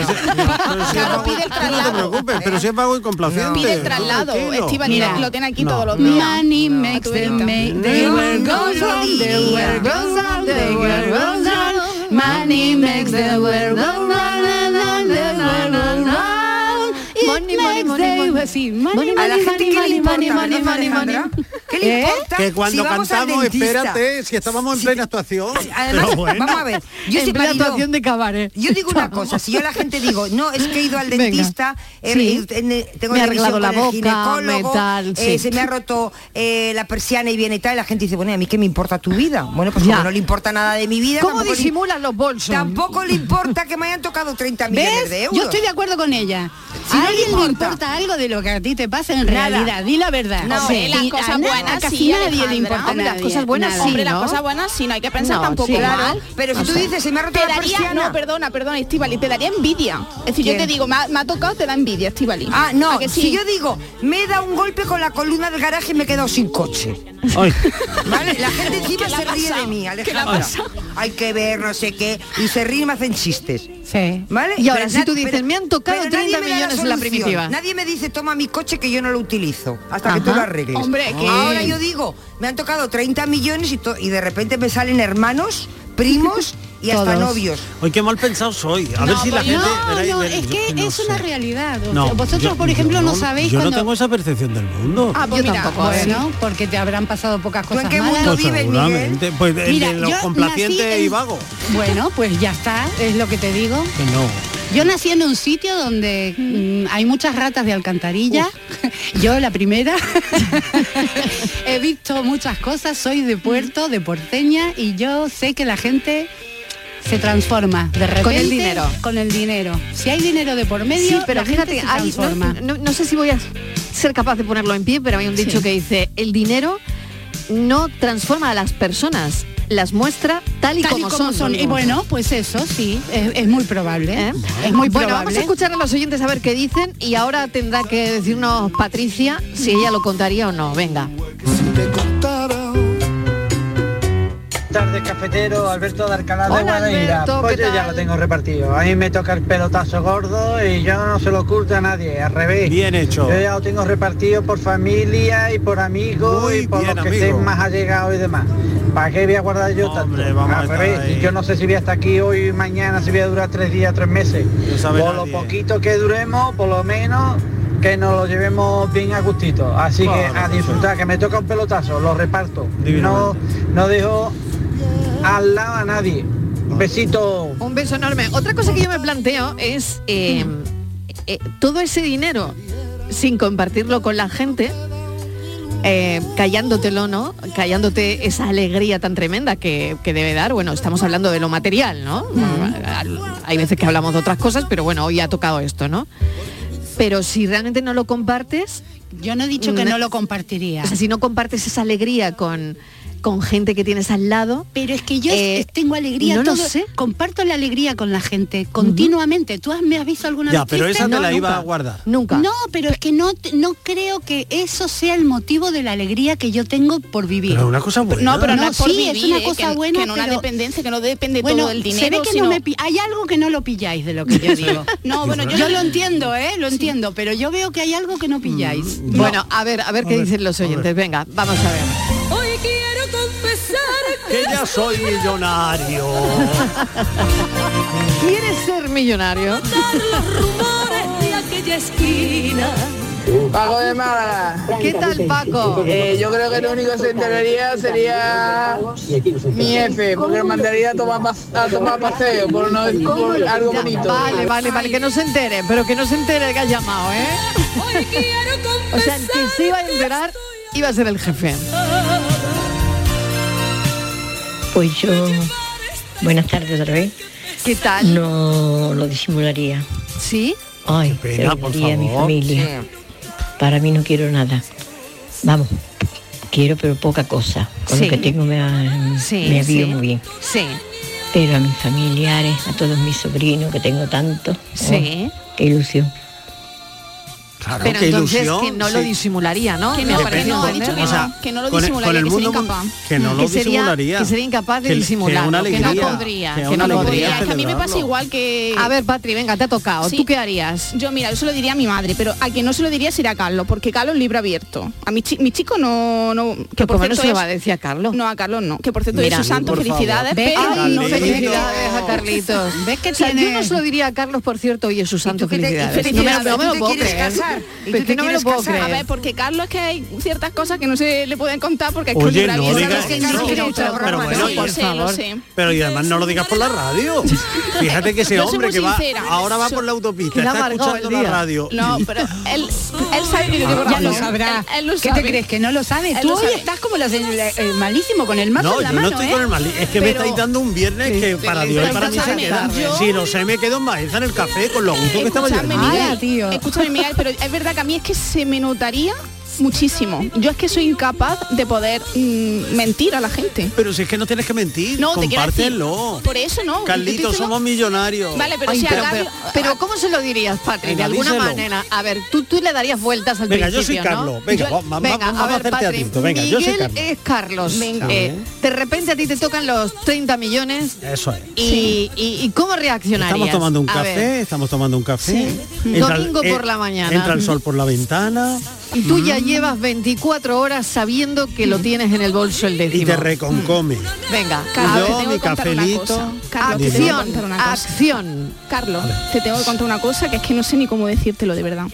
[SPEAKER 19] Claro,
[SPEAKER 20] pide el
[SPEAKER 19] no te
[SPEAKER 20] traslado.
[SPEAKER 19] preocupes, pero si es vago y complaciente.
[SPEAKER 20] Pide el
[SPEAKER 19] tú
[SPEAKER 20] traslado.
[SPEAKER 19] tranquilo.
[SPEAKER 20] Estíbaliz, lo tiene aquí todos los días.
[SPEAKER 3] Money makes
[SPEAKER 20] tu
[SPEAKER 3] the
[SPEAKER 20] verita.
[SPEAKER 3] make the world go round, the world goes round, the world goes round. Money makes the world go round, and round, the world goes round. It
[SPEAKER 18] Money, money,
[SPEAKER 3] makes
[SPEAKER 18] money,
[SPEAKER 3] the-
[SPEAKER 18] money.
[SPEAKER 3] sí, money,
[SPEAKER 21] A la
[SPEAKER 3] money,
[SPEAKER 21] gente que
[SPEAKER 3] money,
[SPEAKER 21] le
[SPEAKER 3] money,
[SPEAKER 21] importa,
[SPEAKER 3] money,
[SPEAKER 21] ¿verdad,
[SPEAKER 3] money, money,
[SPEAKER 21] Alejandra?
[SPEAKER 3] money.
[SPEAKER 21] ¿Qué le
[SPEAKER 3] ¿Eh?
[SPEAKER 21] importa?
[SPEAKER 19] Que
[SPEAKER 21] si
[SPEAKER 19] cuando
[SPEAKER 21] vamos al
[SPEAKER 19] cantamos,
[SPEAKER 21] dentista?
[SPEAKER 19] espérate, si estábamos en plena actuación.
[SPEAKER 21] Además,
[SPEAKER 19] Pero bueno.
[SPEAKER 21] vamos a ver, yo
[SPEAKER 18] en
[SPEAKER 21] soy
[SPEAKER 18] plena
[SPEAKER 21] marido.
[SPEAKER 18] actuación de cabaret.
[SPEAKER 21] Yo digo una cosa, si yo a la gente digo, no, es que he ido al
[SPEAKER 18] Venga.
[SPEAKER 21] dentista, he-
[SPEAKER 18] Sí.
[SPEAKER 21] he- he- tengo
[SPEAKER 18] Me
[SPEAKER 21] una revisión
[SPEAKER 18] ha arreglado la
[SPEAKER 21] con el
[SPEAKER 18] boca,
[SPEAKER 21] ginecólogo,
[SPEAKER 18] me tal,
[SPEAKER 21] eh,
[SPEAKER 18] sí.
[SPEAKER 21] se me ha roto eh, la persiana y viene y tal, y la gente dice, bueno, ¿y a mí qué me importa tu vida? Bueno, pues
[SPEAKER 18] Ya.
[SPEAKER 21] como no le importa nada de mi vida,
[SPEAKER 18] ¿Cómo
[SPEAKER 21] tampoco le-
[SPEAKER 18] disimulan los bolsos?
[SPEAKER 21] Tampoco le importa que me hayan tocado 30 millones
[SPEAKER 3] ¿Ves?
[SPEAKER 21] de euros.
[SPEAKER 3] Yo estoy de acuerdo con ella.
[SPEAKER 21] Si
[SPEAKER 3] a
[SPEAKER 21] no le
[SPEAKER 3] alguien le
[SPEAKER 21] importa.
[SPEAKER 3] importa algo de lo que a ti te pasa en
[SPEAKER 21] Nada.
[SPEAKER 3] realidad, di la verdad.
[SPEAKER 20] No,
[SPEAKER 3] Sí.
[SPEAKER 20] hombre, las
[SPEAKER 3] Y
[SPEAKER 20] cosas
[SPEAKER 3] a nada,
[SPEAKER 20] buenas
[SPEAKER 3] casi
[SPEAKER 20] sí,
[SPEAKER 3] nadie le
[SPEAKER 20] Alejandra.
[SPEAKER 3] importa.
[SPEAKER 18] Hombre, las
[SPEAKER 3] nada.
[SPEAKER 18] cosas buenas
[SPEAKER 3] Nada.
[SPEAKER 18] sí,
[SPEAKER 20] Hombre,
[SPEAKER 18] ¿no?
[SPEAKER 20] las cosas buenas sí, no hay que pensar
[SPEAKER 18] No,
[SPEAKER 20] tampoco
[SPEAKER 18] sí,
[SPEAKER 20] mal.
[SPEAKER 18] mal.
[SPEAKER 21] Pero si
[SPEAKER 18] O
[SPEAKER 21] tú
[SPEAKER 18] sea,
[SPEAKER 21] dices, se me ha roto
[SPEAKER 20] Te
[SPEAKER 21] la
[SPEAKER 20] daría,
[SPEAKER 21] persiana.
[SPEAKER 20] no, perdona, perdona, Estivali, te daría envidia. Es decir, yo
[SPEAKER 21] ¿Qué?
[SPEAKER 20] te digo, me ha, me ha tocado, te da envidia, Estivali.
[SPEAKER 21] Ah, no, si yo digo, me he dado un golpe con la columna del garaje y me he quedado sin coche.
[SPEAKER 19] Ay,
[SPEAKER 21] ¿Vale? La gente encima
[SPEAKER 20] ¿Qué le ha
[SPEAKER 21] se ríe
[SPEAKER 20] pasado?
[SPEAKER 21] de mí,
[SPEAKER 20] ¿Qué le ha
[SPEAKER 21] Alejandra.
[SPEAKER 20] pasado?
[SPEAKER 21] Hay que ver, no sé qué. Y se ríen y me hacen chistes.
[SPEAKER 3] Sí.
[SPEAKER 21] ¿Vale?
[SPEAKER 18] Y ahora,
[SPEAKER 21] Pero
[SPEAKER 18] si
[SPEAKER 21] na-
[SPEAKER 18] tú dices, me han tocado
[SPEAKER 21] pero nadie
[SPEAKER 18] 30
[SPEAKER 21] me da
[SPEAKER 18] millones en la
[SPEAKER 21] solución.
[SPEAKER 18] primitiva.
[SPEAKER 21] Nadie me dice, toma mi coche que yo no lo utilizo, hasta que tú
[SPEAKER 18] Ajá.
[SPEAKER 21] lo arregles.
[SPEAKER 20] Hombre, que-
[SPEAKER 21] Ahora yo digo, me han tocado 30 millones y, to- y de repente me salen hermanos, primos y hasta
[SPEAKER 18] Todos.
[SPEAKER 21] novios.
[SPEAKER 19] hoy qué mal pensado soy. A ver si la
[SPEAKER 3] No,
[SPEAKER 19] gente. veréis,
[SPEAKER 3] no, es
[SPEAKER 19] veréis, yo
[SPEAKER 3] que
[SPEAKER 19] no
[SPEAKER 3] es
[SPEAKER 19] sé.
[SPEAKER 3] una realidad. O
[SPEAKER 19] No,
[SPEAKER 3] sea, vosotros,
[SPEAKER 19] yo-
[SPEAKER 3] por ejemplo,
[SPEAKER 19] yo
[SPEAKER 3] no, sabéis
[SPEAKER 19] Yo
[SPEAKER 3] cuando...
[SPEAKER 19] no tengo esa percepción del mundo.
[SPEAKER 20] Ah, pues
[SPEAKER 18] Yo
[SPEAKER 20] mira,
[SPEAKER 18] tampoco,
[SPEAKER 20] pues
[SPEAKER 18] ¿eh?
[SPEAKER 3] Bueno, porque te habrán pasado pocas
[SPEAKER 21] en
[SPEAKER 3] cosas
[SPEAKER 21] qué
[SPEAKER 3] malas.
[SPEAKER 21] mundo
[SPEAKER 19] Pues
[SPEAKER 21] vives,
[SPEAKER 19] seguramente. Pues el
[SPEAKER 3] Mira,
[SPEAKER 19] de los
[SPEAKER 3] yo
[SPEAKER 19] complacientes
[SPEAKER 3] nací en-
[SPEAKER 19] y vagos.
[SPEAKER 3] Bueno, pues ya está, es lo que te digo.
[SPEAKER 19] Que no.
[SPEAKER 3] Yo nací en un sitio donde mm, hay muchas ratas de alcantarilla. Yo la primera. He visto muchas cosas, soy de puerto, de porteña y yo sé que la gente se transforma de repente
[SPEAKER 18] Con el dinero.
[SPEAKER 3] con el dinero si hay dinero de por medio
[SPEAKER 18] Sí, pero
[SPEAKER 3] la gente
[SPEAKER 18] fíjate,
[SPEAKER 3] se
[SPEAKER 18] hay- no,
[SPEAKER 3] transforma.
[SPEAKER 18] no- no sé si voy a ser capaz de ponerlo en pie, pero hay un dicho que dice, el dinero no transforma a las personas, las muestra tal y,
[SPEAKER 3] Tal y
[SPEAKER 18] como,
[SPEAKER 3] como son. Y bueno, pues eso sí, es, es muy probable.
[SPEAKER 18] ¿Eh?
[SPEAKER 3] Es muy
[SPEAKER 18] bueno, vamos a
[SPEAKER 3] probable.
[SPEAKER 18] escuchar a los oyentes a ver qué dicen y ahora tendrá que decirnos Patricia si ella lo contaría o no. Venga.
[SPEAKER 9] tardes, cafetero. Alberto de Alcalá de
[SPEAKER 18] Hola,
[SPEAKER 9] Guadaira.
[SPEAKER 18] Alberto,
[SPEAKER 9] Pues
[SPEAKER 18] ¿qué
[SPEAKER 9] yo ya
[SPEAKER 18] tal?
[SPEAKER 9] lo tengo repartido. A mí me toca el pelotazo gordo y yo no se lo oculto a nadie. Al revés.
[SPEAKER 19] Bien hecho.
[SPEAKER 9] Yo ya lo tengo repartido por familia y por amigos y por
[SPEAKER 19] bien,
[SPEAKER 9] los que
[SPEAKER 19] amigo.
[SPEAKER 9] estén más allegados y demás. ¿Para qué voy a guardar yo tanto?
[SPEAKER 19] vamos a
[SPEAKER 9] Al
[SPEAKER 19] estar
[SPEAKER 9] revés.
[SPEAKER 19] ahí.
[SPEAKER 9] Yo no sé si voy hasta aquí hoy, mañana, si voy a durar tres días, tres meses.
[SPEAKER 19] sabe
[SPEAKER 9] por
[SPEAKER 19] nadie.
[SPEAKER 9] lo poquito que duremos, por lo menos que nos lo llevemos bien a gustito. Así que
[SPEAKER 19] Claro,
[SPEAKER 9] a
[SPEAKER 19] sí.
[SPEAKER 9] disfrutar, que me toca un pelotazo, lo reparto. No,
[SPEAKER 19] Divinamente.
[SPEAKER 9] no dejo al lado a nadie. Un besito.
[SPEAKER 18] Un beso enorme. Otra cosa que yo me planteo es eh, eh, todo ese dinero sin compartirlo con la gente, eh, callándotelo, ¿no? Callándote esa alegría tan tremenda que, que debe dar. Bueno, estamos hablando de lo material, ¿no? Al- Hay veces que hablamos de otras cosas, pero bueno, hoy ha tocado esto, ¿no? Pero si realmente no lo compartes... Mm.
[SPEAKER 3] Yo no he dicho que no lo compartiría.
[SPEAKER 18] O sea, si no compartes esa alegría con, con gente que tienes al lado...
[SPEAKER 3] Pero es que yo
[SPEAKER 18] eh,
[SPEAKER 3] tengo alegría.
[SPEAKER 18] no lo
[SPEAKER 3] todo-
[SPEAKER 18] sé.
[SPEAKER 3] Comparto la alegría con la gente continuamente. ¿Tú has- me has visto alguna
[SPEAKER 19] Ya,
[SPEAKER 3] vez
[SPEAKER 19] pero
[SPEAKER 3] triste?
[SPEAKER 19] esa te la iba a guardar.
[SPEAKER 18] Nunca.
[SPEAKER 3] No, pero es que no, te- no creo que eso sea el motivo de la alegría que yo tengo por vivir.
[SPEAKER 19] Pero es una cosa buena.
[SPEAKER 3] No, pero no,
[SPEAKER 20] No,
[SPEAKER 3] es por
[SPEAKER 20] sí,
[SPEAKER 3] vivir,
[SPEAKER 20] es una
[SPEAKER 3] eh,
[SPEAKER 20] cosa
[SPEAKER 3] que-
[SPEAKER 20] buena,
[SPEAKER 3] Que en una
[SPEAKER 20] pero-
[SPEAKER 3] dependencia que no
[SPEAKER 20] depende todo del
[SPEAKER 3] Se ve
[SPEAKER 20] dinero,
[SPEAKER 3] que
[SPEAKER 20] sino-
[SPEAKER 3] no me pi- hay algo que no lo pilláis de lo que yo digo. no, bueno, yo, lo entiendo, ¿eh? Lo entiendo, pero yo veo que hay algo que
[SPEAKER 19] Mm,
[SPEAKER 3] no pilláis.
[SPEAKER 18] Bueno, a ver, a ver qué dicen los oyentes. Venga, vamos a ver.
[SPEAKER 24] Hoy quiero confesar
[SPEAKER 19] Que ya soy millonario.
[SPEAKER 18] ¿Quieres ser millonario?
[SPEAKER 24] de aquella esquina.
[SPEAKER 23] Paco de Málaga.
[SPEAKER 18] ¿Qué tal, Paco?
[SPEAKER 23] Eh, yo creo que lo único que se enteraría sería mi F, porque lo mandaría a tomar, pas- a tomar paseo por, una- por algo bonito.
[SPEAKER 18] Vale, vale, vale, que no se entere, pero que no se entere que has llamado, ¿eh? O sea, el que se iba a enterar iba a ser el jefe.
[SPEAKER 6] Pues yo, buenas tardes otra vez.
[SPEAKER 18] ¿Qué tal?
[SPEAKER 6] No lo disimularía.
[SPEAKER 18] ¿Sí?
[SPEAKER 6] Ay, Qué pena, por perdería a mi favor. familia. Para mí no quiero nada. Vamos, quiero pero poca cosa. Con
[SPEAKER 18] Sí.
[SPEAKER 6] lo que tengo me, ha-
[SPEAKER 18] Sí,
[SPEAKER 6] me avío
[SPEAKER 18] sí.
[SPEAKER 6] muy bien.
[SPEAKER 18] Sí.
[SPEAKER 6] Pero a mis familiares, a todos mis sobrinos que tengo tanto.
[SPEAKER 20] ¿eh?
[SPEAKER 18] Sí.
[SPEAKER 6] oh, qué ilusión.
[SPEAKER 19] Claro,
[SPEAKER 18] Pero
[SPEAKER 6] qué
[SPEAKER 18] entonces
[SPEAKER 6] ilusión,
[SPEAKER 18] que no lo
[SPEAKER 6] sí.
[SPEAKER 18] disimularía, ¿no?
[SPEAKER 20] Que
[SPEAKER 18] Me
[SPEAKER 20] no, que
[SPEAKER 18] parece
[SPEAKER 20] no, ha
[SPEAKER 18] entender,
[SPEAKER 20] dicho que
[SPEAKER 18] ¿no?
[SPEAKER 19] sea,
[SPEAKER 20] no, que no lo
[SPEAKER 19] con el-
[SPEAKER 20] disimularía,
[SPEAKER 19] con el
[SPEAKER 20] que sería
[SPEAKER 19] mundo
[SPEAKER 20] incapaz.
[SPEAKER 19] que no lo
[SPEAKER 18] sería-
[SPEAKER 19] disimularía.
[SPEAKER 18] que sería incapaz de
[SPEAKER 19] Que- que
[SPEAKER 18] disimularlo,
[SPEAKER 19] una
[SPEAKER 18] que no
[SPEAKER 19] alegría,
[SPEAKER 18] podría,
[SPEAKER 19] que
[SPEAKER 18] que
[SPEAKER 19] una
[SPEAKER 18] no
[SPEAKER 19] alegría
[SPEAKER 18] podría.
[SPEAKER 20] Es que a mí me
[SPEAKER 18] celebrarlo.
[SPEAKER 20] pasa igual que...
[SPEAKER 18] A ver, Patri, venga, te ha tocado.
[SPEAKER 20] Sí.
[SPEAKER 18] ¿Tú qué harías?
[SPEAKER 20] Yo, mira, yo se lo diría a mi madre, pero a quien no se lo diría sería a Carlos, porque Carlos es libro abierto. A mi, chi- mi chico no... no que
[SPEAKER 18] Pero ¿cómo no se lo
[SPEAKER 20] es-
[SPEAKER 18] va a decir a Carlos?
[SPEAKER 20] No, a Carlos no. Que por cierto,
[SPEAKER 18] Mira.
[SPEAKER 20] es su santo,
[SPEAKER 18] Por favor.
[SPEAKER 20] felicidades,
[SPEAKER 18] Ve-
[SPEAKER 20] pero...
[SPEAKER 18] Ay, no, felicidades a Carlitos.
[SPEAKER 3] ¿Ves que
[SPEAKER 18] O sea, yo
[SPEAKER 3] tiene-
[SPEAKER 18] no se lo diría a Carlos, por cierto, y es su santo
[SPEAKER 3] qué te- y
[SPEAKER 18] felicidades.
[SPEAKER 3] felicidades,
[SPEAKER 18] No me, lo- no me
[SPEAKER 3] ¿tú
[SPEAKER 18] lo puedo
[SPEAKER 3] te quieres
[SPEAKER 18] creer.
[SPEAKER 3] casar? ¿Y
[SPEAKER 18] Pero
[SPEAKER 3] tú
[SPEAKER 18] es
[SPEAKER 3] te
[SPEAKER 18] que no me lo
[SPEAKER 3] quieres
[SPEAKER 18] puedo
[SPEAKER 3] casar?
[SPEAKER 18] creer.
[SPEAKER 20] A ver, porque Carlos es que hay ciertas cosas que no se le pueden contar porque es que
[SPEAKER 19] Oye,
[SPEAKER 20] un
[SPEAKER 19] no
[SPEAKER 20] libro abierto.
[SPEAKER 19] digas
[SPEAKER 20] Es que
[SPEAKER 19] eso.
[SPEAKER 20] no quiere otra
[SPEAKER 19] Pero
[SPEAKER 20] broma,
[SPEAKER 19] bueno,
[SPEAKER 20] sí,
[SPEAKER 19] por
[SPEAKER 20] lo sé,
[SPEAKER 19] favor.
[SPEAKER 20] lo sé.
[SPEAKER 19] Pero y además no lo digas por la radio. Fíjate que ese
[SPEAKER 20] Yo soy
[SPEAKER 19] hombre
[SPEAKER 20] muy
[SPEAKER 19] que va
[SPEAKER 20] sincera.
[SPEAKER 19] ahora va
[SPEAKER 20] Yo-
[SPEAKER 19] por la autopista,
[SPEAKER 20] que le ha
[SPEAKER 19] está
[SPEAKER 20] amargado
[SPEAKER 19] escuchando
[SPEAKER 20] el
[SPEAKER 19] la
[SPEAKER 20] día.
[SPEAKER 19] radio.
[SPEAKER 20] No, pero él, él sabe que yo digo
[SPEAKER 3] ya
[SPEAKER 20] radio.
[SPEAKER 3] lo sabrá.
[SPEAKER 20] Él, él lo
[SPEAKER 3] ¿Qué
[SPEAKER 20] sabe.
[SPEAKER 3] te crees que no lo sabe?
[SPEAKER 20] Él
[SPEAKER 3] Tú
[SPEAKER 20] lo
[SPEAKER 3] hoy
[SPEAKER 20] sabe.
[SPEAKER 3] estás como los del- eh, malísimo con el mazo
[SPEAKER 19] No,
[SPEAKER 3] en la
[SPEAKER 19] yo no
[SPEAKER 3] mano,
[SPEAKER 19] estoy
[SPEAKER 3] ¿eh?
[SPEAKER 19] con el mal. Es que me
[SPEAKER 3] Pero-
[SPEAKER 19] estáis dando un viernes que para
[SPEAKER 3] pero
[SPEAKER 19] Dios y para mí se
[SPEAKER 20] escúchame,
[SPEAKER 19] queda.
[SPEAKER 20] yo-
[SPEAKER 19] Si no se me quedo en Baeza en el café con lo gusto que estaba yo.
[SPEAKER 20] Escúchame,
[SPEAKER 19] Ah,
[SPEAKER 20] Miguel, escúchame, Miguel, pero es verdad que a mí es que se me notaría muchísimo. Yo es que soy incapaz de poder mm, mentir a la gente.
[SPEAKER 19] Pero si es que no tienes que mentir,
[SPEAKER 20] No, te quiero decir,
[SPEAKER 19] compártelo.
[SPEAKER 20] por eso no. Yo te
[SPEAKER 19] Carlitos,
[SPEAKER 20] digo-
[SPEAKER 19] somos millonarios.
[SPEAKER 20] Vale, pero
[SPEAKER 18] Ay,
[SPEAKER 20] si a
[SPEAKER 18] pero,
[SPEAKER 20] cambio-
[SPEAKER 18] pero- pero ¿cómo se lo dirías, Patri? De
[SPEAKER 19] Venga,
[SPEAKER 18] alguna
[SPEAKER 19] díselo.
[SPEAKER 18] manera. A ver, tú, tú le darías vueltas al
[SPEAKER 19] Venga, yo soy
[SPEAKER 18] principio, ¿no?
[SPEAKER 19] Carlos. Venga, va- va- vamos a hacerte a tinto. Venga, yo soy
[SPEAKER 18] Miguel
[SPEAKER 19] Carlos.
[SPEAKER 18] es Carlos.
[SPEAKER 19] Venga.
[SPEAKER 18] Eh, de repente a ti te tocan los 30 millones
[SPEAKER 19] Eso es.
[SPEAKER 18] y, y- y ¿cómo reaccionarías?
[SPEAKER 19] Estamos tomando un
[SPEAKER 18] A ver,
[SPEAKER 19] café, estamos tomando un café.
[SPEAKER 18] Sí.
[SPEAKER 19] el-
[SPEAKER 18] Domingo por
[SPEAKER 19] eh,
[SPEAKER 18] la mañana.
[SPEAKER 19] Entra el sol por la ventana
[SPEAKER 18] y tú
[SPEAKER 19] Mm.
[SPEAKER 18] ya llevas 24 horas sabiendo que lo tienes en el bolso el
[SPEAKER 19] y
[SPEAKER 18] décimo.
[SPEAKER 19] te reconcome.
[SPEAKER 20] Mm.
[SPEAKER 18] Venga,
[SPEAKER 19] Yo,
[SPEAKER 18] Carlos.
[SPEAKER 19] mi cafelito.
[SPEAKER 20] Carlos, te tengo que
[SPEAKER 18] acción,
[SPEAKER 20] contar una cosa.
[SPEAKER 18] acción.
[SPEAKER 20] Carlos, te tengo que contar una cosa que es que no sé ni cómo decírtelo de verdad.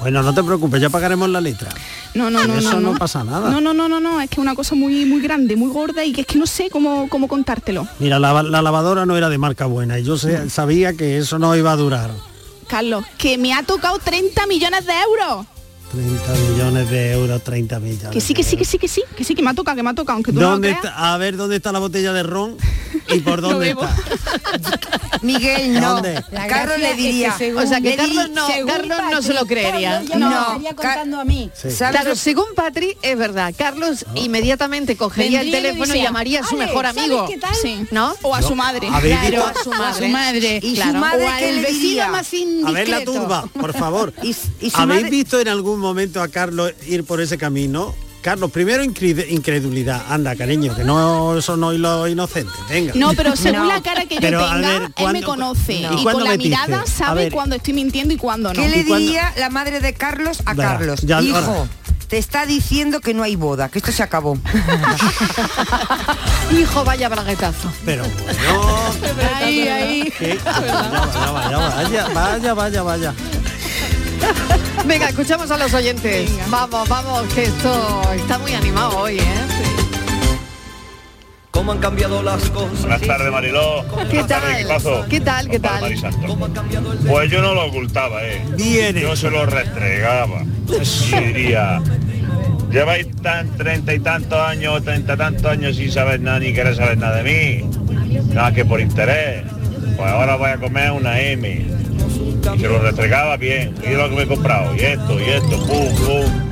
[SPEAKER 19] Bueno, no te preocupes, ya pagaremos la letra.
[SPEAKER 20] No, no,
[SPEAKER 19] Por
[SPEAKER 20] no.
[SPEAKER 19] eso
[SPEAKER 20] no,
[SPEAKER 19] no pasa nada.
[SPEAKER 20] No, no, no, no, no, es que es una cosa muy, muy grande, muy gorda y que es que no sé cómo, cómo contártelo.
[SPEAKER 19] Mira, la, la lavadora no era de marca buena y yo sé- sabía que eso no iba a durar.
[SPEAKER 20] Carlos, que me ha tocado 30 millones de euros.
[SPEAKER 19] 30 millones de euros, 30 millones.
[SPEAKER 20] Que sí, que sí, que sí, que sí, que sí, que me ha tocado, que me ha tocado, aunque tú no lo
[SPEAKER 19] ¿Dónde
[SPEAKER 20] creas.
[SPEAKER 19] está- a ver dónde está la botella de ron y por dónde está.
[SPEAKER 21] Miguel, no.
[SPEAKER 19] ¿Dónde?
[SPEAKER 21] La Carlos le diría.
[SPEAKER 18] o sea que
[SPEAKER 21] le di-
[SPEAKER 18] Carlos no,
[SPEAKER 21] según
[SPEAKER 18] Carlos no se lo
[SPEAKER 21] Patrick,
[SPEAKER 18] creería.
[SPEAKER 21] Carlos ya me lo estaría contando a mí. Sí. ¿Sabes
[SPEAKER 18] Claro,
[SPEAKER 21] lo-
[SPEAKER 18] según Patri es verdad.
[SPEAKER 19] Ah.
[SPEAKER 18] Carlos inmediatamente cogería
[SPEAKER 3] Vendría y
[SPEAKER 18] el
[SPEAKER 3] le
[SPEAKER 18] teléfono y,
[SPEAKER 3] decía,
[SPEAKER 18] llamaría a su
[SPEAKER 3] "Ale,
[SPEAKER 18] mejor
[SPEAKER 3] ¿sabes
[SPEAKER 18] amigo,
[SPEAKER 3] qué tal?
[SPEAKER 18] Sí. ¿no?
[SPEAKER 20] O a
[SPEAKER 18] No.
[SPEAKER 20] su madre.
[SPEAKER 19] ¿Habéis visto?
[SPEAKER 18] Claro, a su madre. A su madre,
[SPEAKER 21] ¿Y
[SPEAKER 18] claro.
[SPEAKER 21] su madre
[SPEAKER 18] O al
[SPEAKER 21] qué le
[SPEAKER 18] vecino
[SPEAKER 21] diría?
[SPEAKER 18] más
[SPEAKER 19] A ver la
[SPEAKER 18] indiscreto.
[SPEAKER 19] turba, por favor.
[SPEAKER 21] y su
[SPEAKER 19] ¿Habéis
[SPEAKER 21] madre-
[SPEAKER 19] visto en algún momento a Carlos ir por ese camino? Carlos, primero incre- incredulidad. Anda, cariño, que no son hoy los inocentes. Venga.
[SPEAKER 20] No, pero según la cara que yo
[SPEAKER 19] Pero, a
[SPEAKER 20] tenga,
[SPEAKER 19] ver,
[SPEAKER 20] él me
[SPEAKER 19] ¿cuándo-
[SPEAKER 20] conoce.
[SPEAKER 19] No.
[SPEAKER 20] Y,
[SPEAKER 19] ¿Y
[SPEAKER 20] con
[SPEAKER 19] cuándo
[SPEAKER 20] la
[SPEAKER 19] metiste?
[SPEAKER 20] mirada
[SPEAKER 19] A
[SPEAKER 20] sabe
[SPEAKER 19] ver.
[SPEAKER 20] cuando estoy mintiendo y cuando no.
[SPEAKER 21] ¿Qué le diría la madre de Carlos a
[SPEAKER 19] Verá,
[SPEAKER 21] Carlos?
[SPEAKER 19] ya-
[SPEAKER 21] Hijo,
[SPEAKER 19] ahora.
[SPEAKER 21] te está diciendo que no hay boda, que esto se acabó.
[SPEAKER 18] Hijo, vaya braguetazo.
[SPEAKER 19] Pero bueno,
[SPEAKER 18] Ahí, ahí.
[SPEAKER 19] que- vaya, vaya, vaya, vaya, vaya, vaya.
[SPEAKER 18] Venga, escuchamos a los oyentes. Vamos, vamos, que esto está muy animado hoy, ¿eh?
[SPEAKER 25] ¿Cómo han cambiado las cosas? Buenas tardes, Mariló.
[SPEAKER 18] ¿Qué
[SPEAKER 25] Buenas tardes,
[SPEAKER 18] tal?
[SPEAKER 25] equipazo.
[SPEAKER 18] ¿Qué tal? ¿Qué tal?
[SPEAKER 25] Pues yo no lo ocultaba, ¿eh? Yo se lo restregaba. Y diría, lleváis tan treinta y tantos años, treinta y tantos años sin saber nada ni querer saber nada de mí. Nada que por interés. Pues ahora voy a comer una M. Y se lo restregaba bien. Y lo que me he comprado. Y esto, y esto, pum, pum.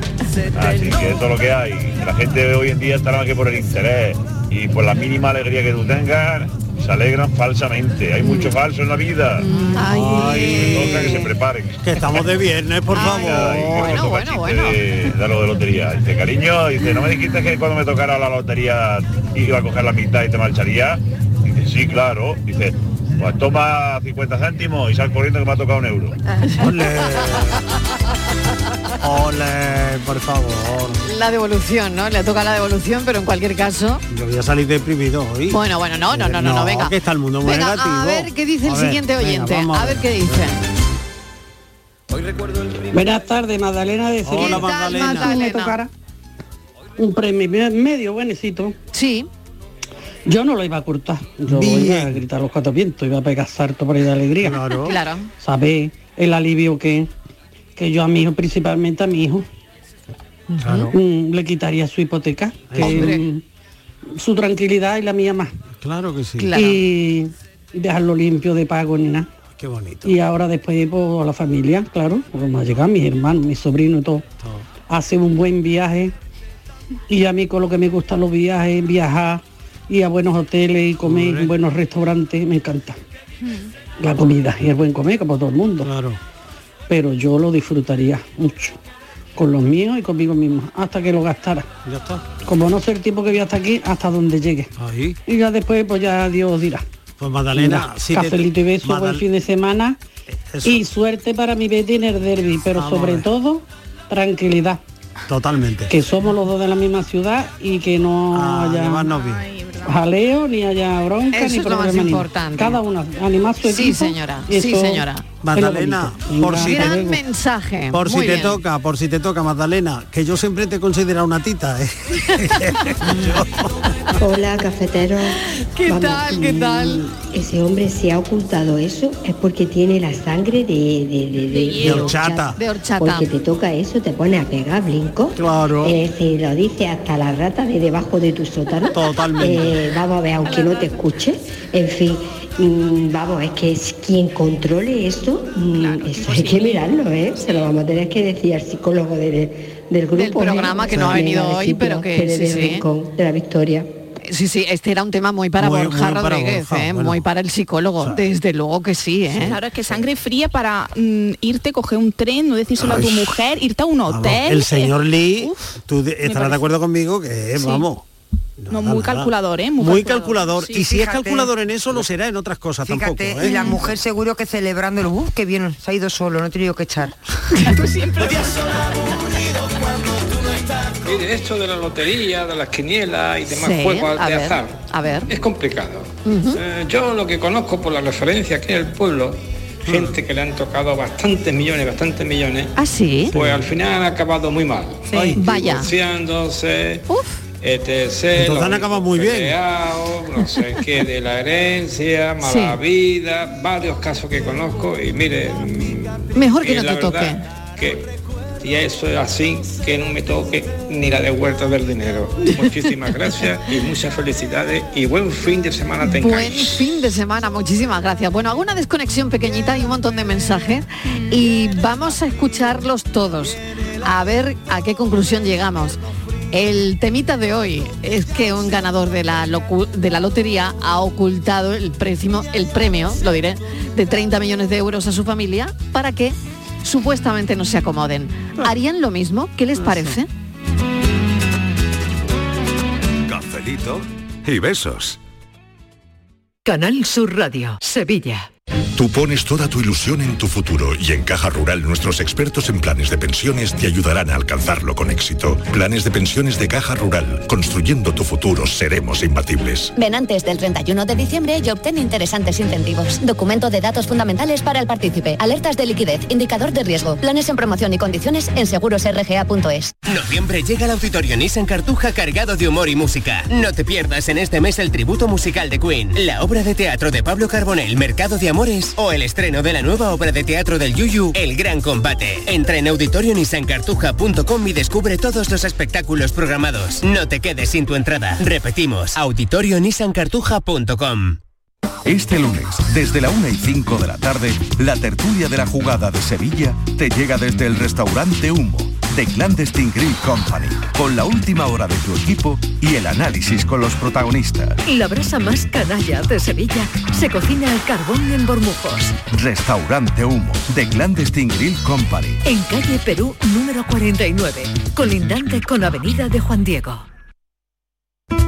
[SPEAKER 25] Así que eso es lo que hay. La gente de hoy en día está más que por el interés. Y por la mínima alegría que tú tengas, se alegran falsamente. Hay mucho falso en la vida. Ay, toca que se preparen.
[SPEAKER 19] Que estamos de viernes, por favor.
[SPEAKER 25] Bueno, bueno, bueno. De, de lo de lotería. Dice, cariño, dice, ¿no me dijiste que cuando me tocara la lotería iba a coger la mitad y te marcharía? Dice, sí, claro. Dice, pues toma 50 céntimos y sal corriendo que me ha tocado un euro.
[SPEAKER 19] Ole. Ole, por favor.
[SPEAKER 18] La devolución, ¿no? Le toca la devolución, pero en cualquier caso.
[SPEAKER 19] Yo voy a salir deprimido hoy.
[SPEAKER 18] Bueno, bueno, no, no, no, no, no, venga.
[SPEAKER 19] Que está el mundo muy
[SPEAKER 18] Venga,
[SPEAKER 19] negativo.
[SPEAKER 18] a ver qué dice el
[SPEAKER 19] A ver,
[SPEAKER 18] siguiente
[SPEAKER 19] venga,
[SPEAKER 18] oyente.
[SPEAKER 19] vamos
[SPEAKER 18] a ver qué dice.
[SPEAKER 26] Buenas tardes, Magdalena de Sevilla.
[SPEAKER 19] Hola, ¿Qué tal, Magdalena.
[SPEAKER 26] Si
[SPEAKER 18] Magdalena?
[SPEAKER 26] me tocara un premio me- medio buenecito.
[SPEAKER 18] Sí.
[SPEAKER 26] Yo no lo iba a cortar. Yo iba a gritar los cuatro vientos, iba a pegar sarto por ahí de alegría.
[SPEAKER 19] Claro.
[SPEAKER 18] Claro.
[SPEAKER 26] ¿Sabes el alivio que, que yo a mi hijo, principalmente a mi hijo,
[SPEAKER 19] Claro.
[SPEAKER 26] mm, le quitaría su hipoteca? que,
[SPEAKER 19] Hombre.
[SPEAKER 26] mm, su tranquilidad y la mía más.
[SPEAKER 19] Claro que sí.
[SPEAKER 26] Y dejarlo limpio de pago ni nada.
[SPEAKER 19] Qué bonito.
[SPEAKER 26] Y ahora después por la familia, claro, vamos a llegar mis hermanos, mis sobrinos y todo. Hace un buen viaje. Y a mí con lo que me gustan los viajes, viajar, ir a buenos hoteles y comer en buenos restaurantes, me encanta. La comida y el buen comer, como todo el mundo. Pero yo lo disfrutaría mucho. Con los míos y conmigo mismo, hasta que lo gastara.
[SPEAKER 19] Ya está.
[SPEAKER 26] Como no sé el tiempo que voy hasta aquí, hasta donde llegue.
[SPEAKER 19] Ahí.
[SPEAKER 26] Y ya después, pues ya Dios dirá.
[SPEAKER 19] Pues Magdalena,
[SPEAKER 26] Mira,
[SPEAKER 19] si te-
[SPEAKER 26] cafelito y beso, buen
[SPEAKER 19] Magdal-
[SPEAKER 26] fin de semana.
[SPEAKER 19] eso.
[SPEAKER 26] Y suerte para mi Betty en el derby, pero
[SPEAKER 19] Vamos a
[SPEAKER 26] sobre
[SPEAKER 19] ver.
[SPEAKER 26] todo, tranquilidad.
[SPEAKER 19] Totalmente.
[SPEAKER 26] Que somos los dos de la misma ciudad y que no
[SPEAKER 19] Ah, llevarnos bien.
[SPEAKER 26] haya jaleo, ni haya bronca,
[SPEAKER 18] Eso
[SPEAKER 26] ni
[SPEAKER 18] es lo más
[SPEAKER 26] problema ninguno.
[SPEAKER 18] importante.
[SPEAKER 26] Cada uno anima a su
[SPEAKER 18] Sí,
[SPEAKER 26] equipo
[SPEAKER 18] señora.
[SPEAKER 26] y
[SPEAKER 18] Sí,
[SPEAKER 26] eso
[SPEAKER 18] señora.
[SPEAKER 26] es lo
[SPEAKER 19] Magdalena,
[SPEAKER 26] bonito.
[SPEAKER 19] por si
[SPEAKER 26] Venga,
[SPEAKER 18] Gran
[SPEAKER 26] hasta luego.
[SPEAKER 18] mensaje.
[SPEAKER 19] Por si
[SPEAKER 18] Muy
[SPEAKER 19] te
[SPEAKER 18] bien.
[SPEAKER 19] toca, por si te toca, Magdalena, que yo siempre te he considerado una tita, ¿eh?
[SPEAKER 14] Hola, cafetero.
[SPEAKER 18] ¿Qué tal? ¿Qué tal?
[SPEAKER 14] Ese hombre se ha ocultado eso es porque tiene la sangre de, de, de,
[SPEAKER 19] hielo. De horchata. Pues
[SPEAKER 18] De horchata.
[SPEAKER 14] Porque te toca eso, te pone a pegar blinco. Claro. si lo dice hasta la rata de debajo de tu sótano.
[SPEAKER 19] Totalmente.
[SPEAKER 14] Eh, vamos a ver, aunque no te escuche. En fin, mm, vamos, es que es quien controle eso, mm, eso hay que mirarlo, ¿eh? Se lo vamos a tener que decir al psicólogo de- del grupo. ¿eh?
[SPEAKER 18] programa que no ha venido
[SPEAKER 14] Venga,
[SPEAKER 18] hoy,
[SPEAKER 14] decir
[SPEAKER 18] pero que
[SPEAKER 14] desde
[SPEAKER 18] sí,
[SPEAKER 14] el
[SPEAKER 18] sí.
[SPEAKER 14] rincón de la victoria.
[SPEAKER 18] Sí, sí, este era un tema muy para
[SPEAKER 14] Muy-
[SPEAKER 18] Borja
[SPEAKER 14] muy para
[SPEAKER 18] Rodríguez,
[SPEAKER 14] Borja,
[SPEAKER 18] ¿eh?
[SPEAKER 14] bueno.
[SPEAKER 18] muy para el psicólogo, desde luego que sí, ¿eh?
[SPEAKER 20] Claro, es que sangre fría para mm, irte, coger un tren, no decírselo a tu
[SPEAKER 19] Ay.
[SPEAKER 20] mujer, irte a un
[SPEAKER 19] Vamos,
[SPEAKER 20] hotel. Eh,
[SPEAKER 19] el señor Lee, tú de- estarás
[SPEAKER 20] parece-
[SPEAKER 19] de acuerdo conmigo que,
[SPEAKER 20] Sí.
[SPEAKER 19] vamos,
[SPEAKER 20] No, muy
[SPEAKER 19] nada.
[SPEAKER 20] calculador, ¿eh?
[SPEAKER 19] muy, calculador.
[SPEAKER 21] Sí,
[SPEAKER 19] y si
[SPEAKER 21] fíjate.
[SPEAKER 19] es calculador en eso, lo será en otras cosas
[SPEAKER 21] Fíjate,
[SPEAKER 19] tampoco. ¿eh?
[SPEAKER 21] y la mujer seguro que celebrando el bus, que bien, se ha ido solo, no he tenido que echar.
[SPEAKER 27] Mire, esto de la lotería, de las quinielas y demás
[SPEAKER 18] Sí,
[SPEAKER 27] juegos
[SPEAKER 18] a
[SPEAKER 27] de
[SPEAKER 18] ver,
[SPEAKER 27] azar
[SPEAKER 18] a ver.
[SPEAKER 27] es complicado. Eh, yo lo que conozco por la referencia aquí en el pueblo
[SPEAKER 19] Ah.
[SPEAKER 27] gente que le han tocado bastantes millones, bastantes millones.
[SPEAKER 18] ¿Ah, sí?
[SPEAKER 27] Pues al final han acabado muy mal.
[SPEAKER 18] Sí. Ay. Vaya.
[SPEAKER 27] Divorciándose, etc.
[SPEAKER 19] Entonces
[SPEAKER 27] los
[SPEAKER 19] han acabado muy bien.
[SPEAKER 27] peleados, no sé qué, de la herencia, mala
[SPEAKER 18] Sí.
[SPEAKER 27] vida, varios casos que conozco y mire... mm,
[SPEAKER 18] Mejor que
[SPEAKER 27] eh,
[SPEAKER 18] no
[SPEAKER 27] la
[SPEAKER 18] te toque.
[SPEAKER 27] verdad Que, y eso es así, que no me toque ni la devuelta del dinero. Muchísimas gracias y muchas felicidades y buen fin de semana tengáis.
[SPEAKER 18] Buen fin de semana, muchísimas gracias. Bueno, hago una desconexión pequeñita y un montón de mensajes y vamos a escucharlos todos, a ver a qué conclusión llegamos. El temita de hoy es que un ganador de la, locu- de la lotería ha ocultado el, précimo- el premio, lo diré, de 30 millones de euros a su familia para que supuestamente no se acomoden.
[SPEAKER 28] Ah.
[SPEAKER 18] ¿Harían lo mismo? ¿Qué les parece?
[SPEAKER 29] Cafelito y besos.
[SPEAKER 28] Canal Sur Radio, Sevilla.
[SPEAKER 30] Tú pones toda tu ilusión en tu futuro y en Caja Rural nuestros expertos en planes de pensiones te ayudarán a alcanzarlo con éxito. Planes de pensiones de Caja Rural, construyendo tu futuro seremos imbatibles.
[SPEAKER 31] Ven antes del 31 de diciembre y obtén interesantes incentivos. Documento de datos fundamentales para el partícipe. Alertas de liquidez, indicador de riesgo, planes en promoción y condiciones en segurosrga.es.
[SPEAKER 11] Noviembre llega el Auditorio Nissan Cartuja cargado de humor y música. No te pierdas en este mes el tributo musical de Queen, la obra de teatro de Pablo Carbonell, Mercado de Amores, o el estreno de la nueva obra de teatro del Yuyu, El Gran Combate. Entra en auditorionissancartuja.com y descubre todos los espectáculos programados. No te quedes sin tu entrada. Repetimos, auditorionissancartuja.com.
[SPEAKER 32] Este lunes, desde la 1 y 5 de la tarde, la tertulia de la jugada de Sevilla te llega desde el restaurante Humo de Clandestine Grill Company, con la última hora de tu equipo y el análisis con los protagonistas.
[SPEAKER 28] La brasa más canalla de Sevilla se cocina al carbón en Bormujos,
[SPEAKER 32] Restaurante Humo de Clandestine Grill Company.
[SPEAKER 28] en calle Perú número 49, colindante con Avenida de Juan Diego.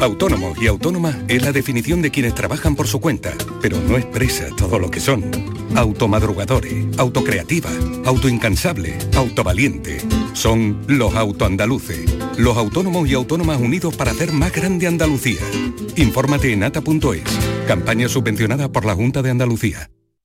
[SPEAKER 3] Autónomo y autónoma es la definición de quienes trabajan por su cuenta, pero no expresa todo lo que son. Automadrugadores, autocreativa, autoincansable, autovaliente. Son los autoandaluces, los autónomos y autónomas unidos para hacer más grande Andalucía. Infórmate en ata.es, campaña subvencionada por la Junta de Andalucía.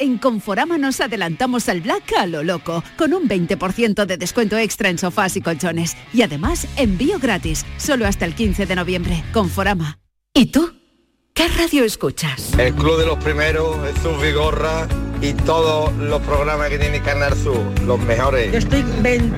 [SPEAKER 3] En Conforama nos adelantamos al Black a lo loco, con un 20% de descuento extra en sofás y colchones. Y además, envío gratis, solo hasta el 15 de noviembre. Conforama.
[SPEAKER 28] ¿Y tú? ¿Qué radio escuchas?
[SPEAKER 33] El Club de los Primeros, Jesús Vigorra y todos los programas que tiene Canal Sur, los mejores.
[SPEAKER 6] estoy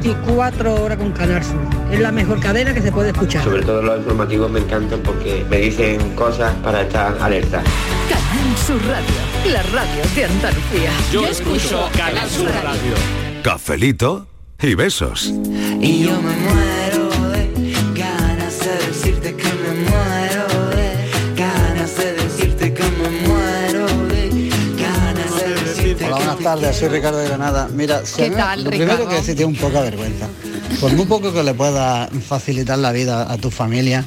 [SPEAKER 6] 24 horas con Canal Sur. Es la mejor cadena que se puede escuchar.
[SPEAKER 33] Sobre todo los informativos me encantan porque me dicen cosas para estar alerta.
[SPEAKER 28] Canal Sur Radio, la radio de Andalucía.
[SPEAKER 29] Yo escucho Canal Sur Radio. Cafelito y besos.
[SPEAKER 34] Y yo me muero de ganas de decirte que me muero de ganas de decirte que me muero de ganas de decirte Hola, buenas tardes, soy Ricardo de Granada. Mira, si ¿Qué a mí- tal, lo primero Ricardo? que sí un poco de vergüenza. Por muy poco que le pueda facilitar la vida a tu familia,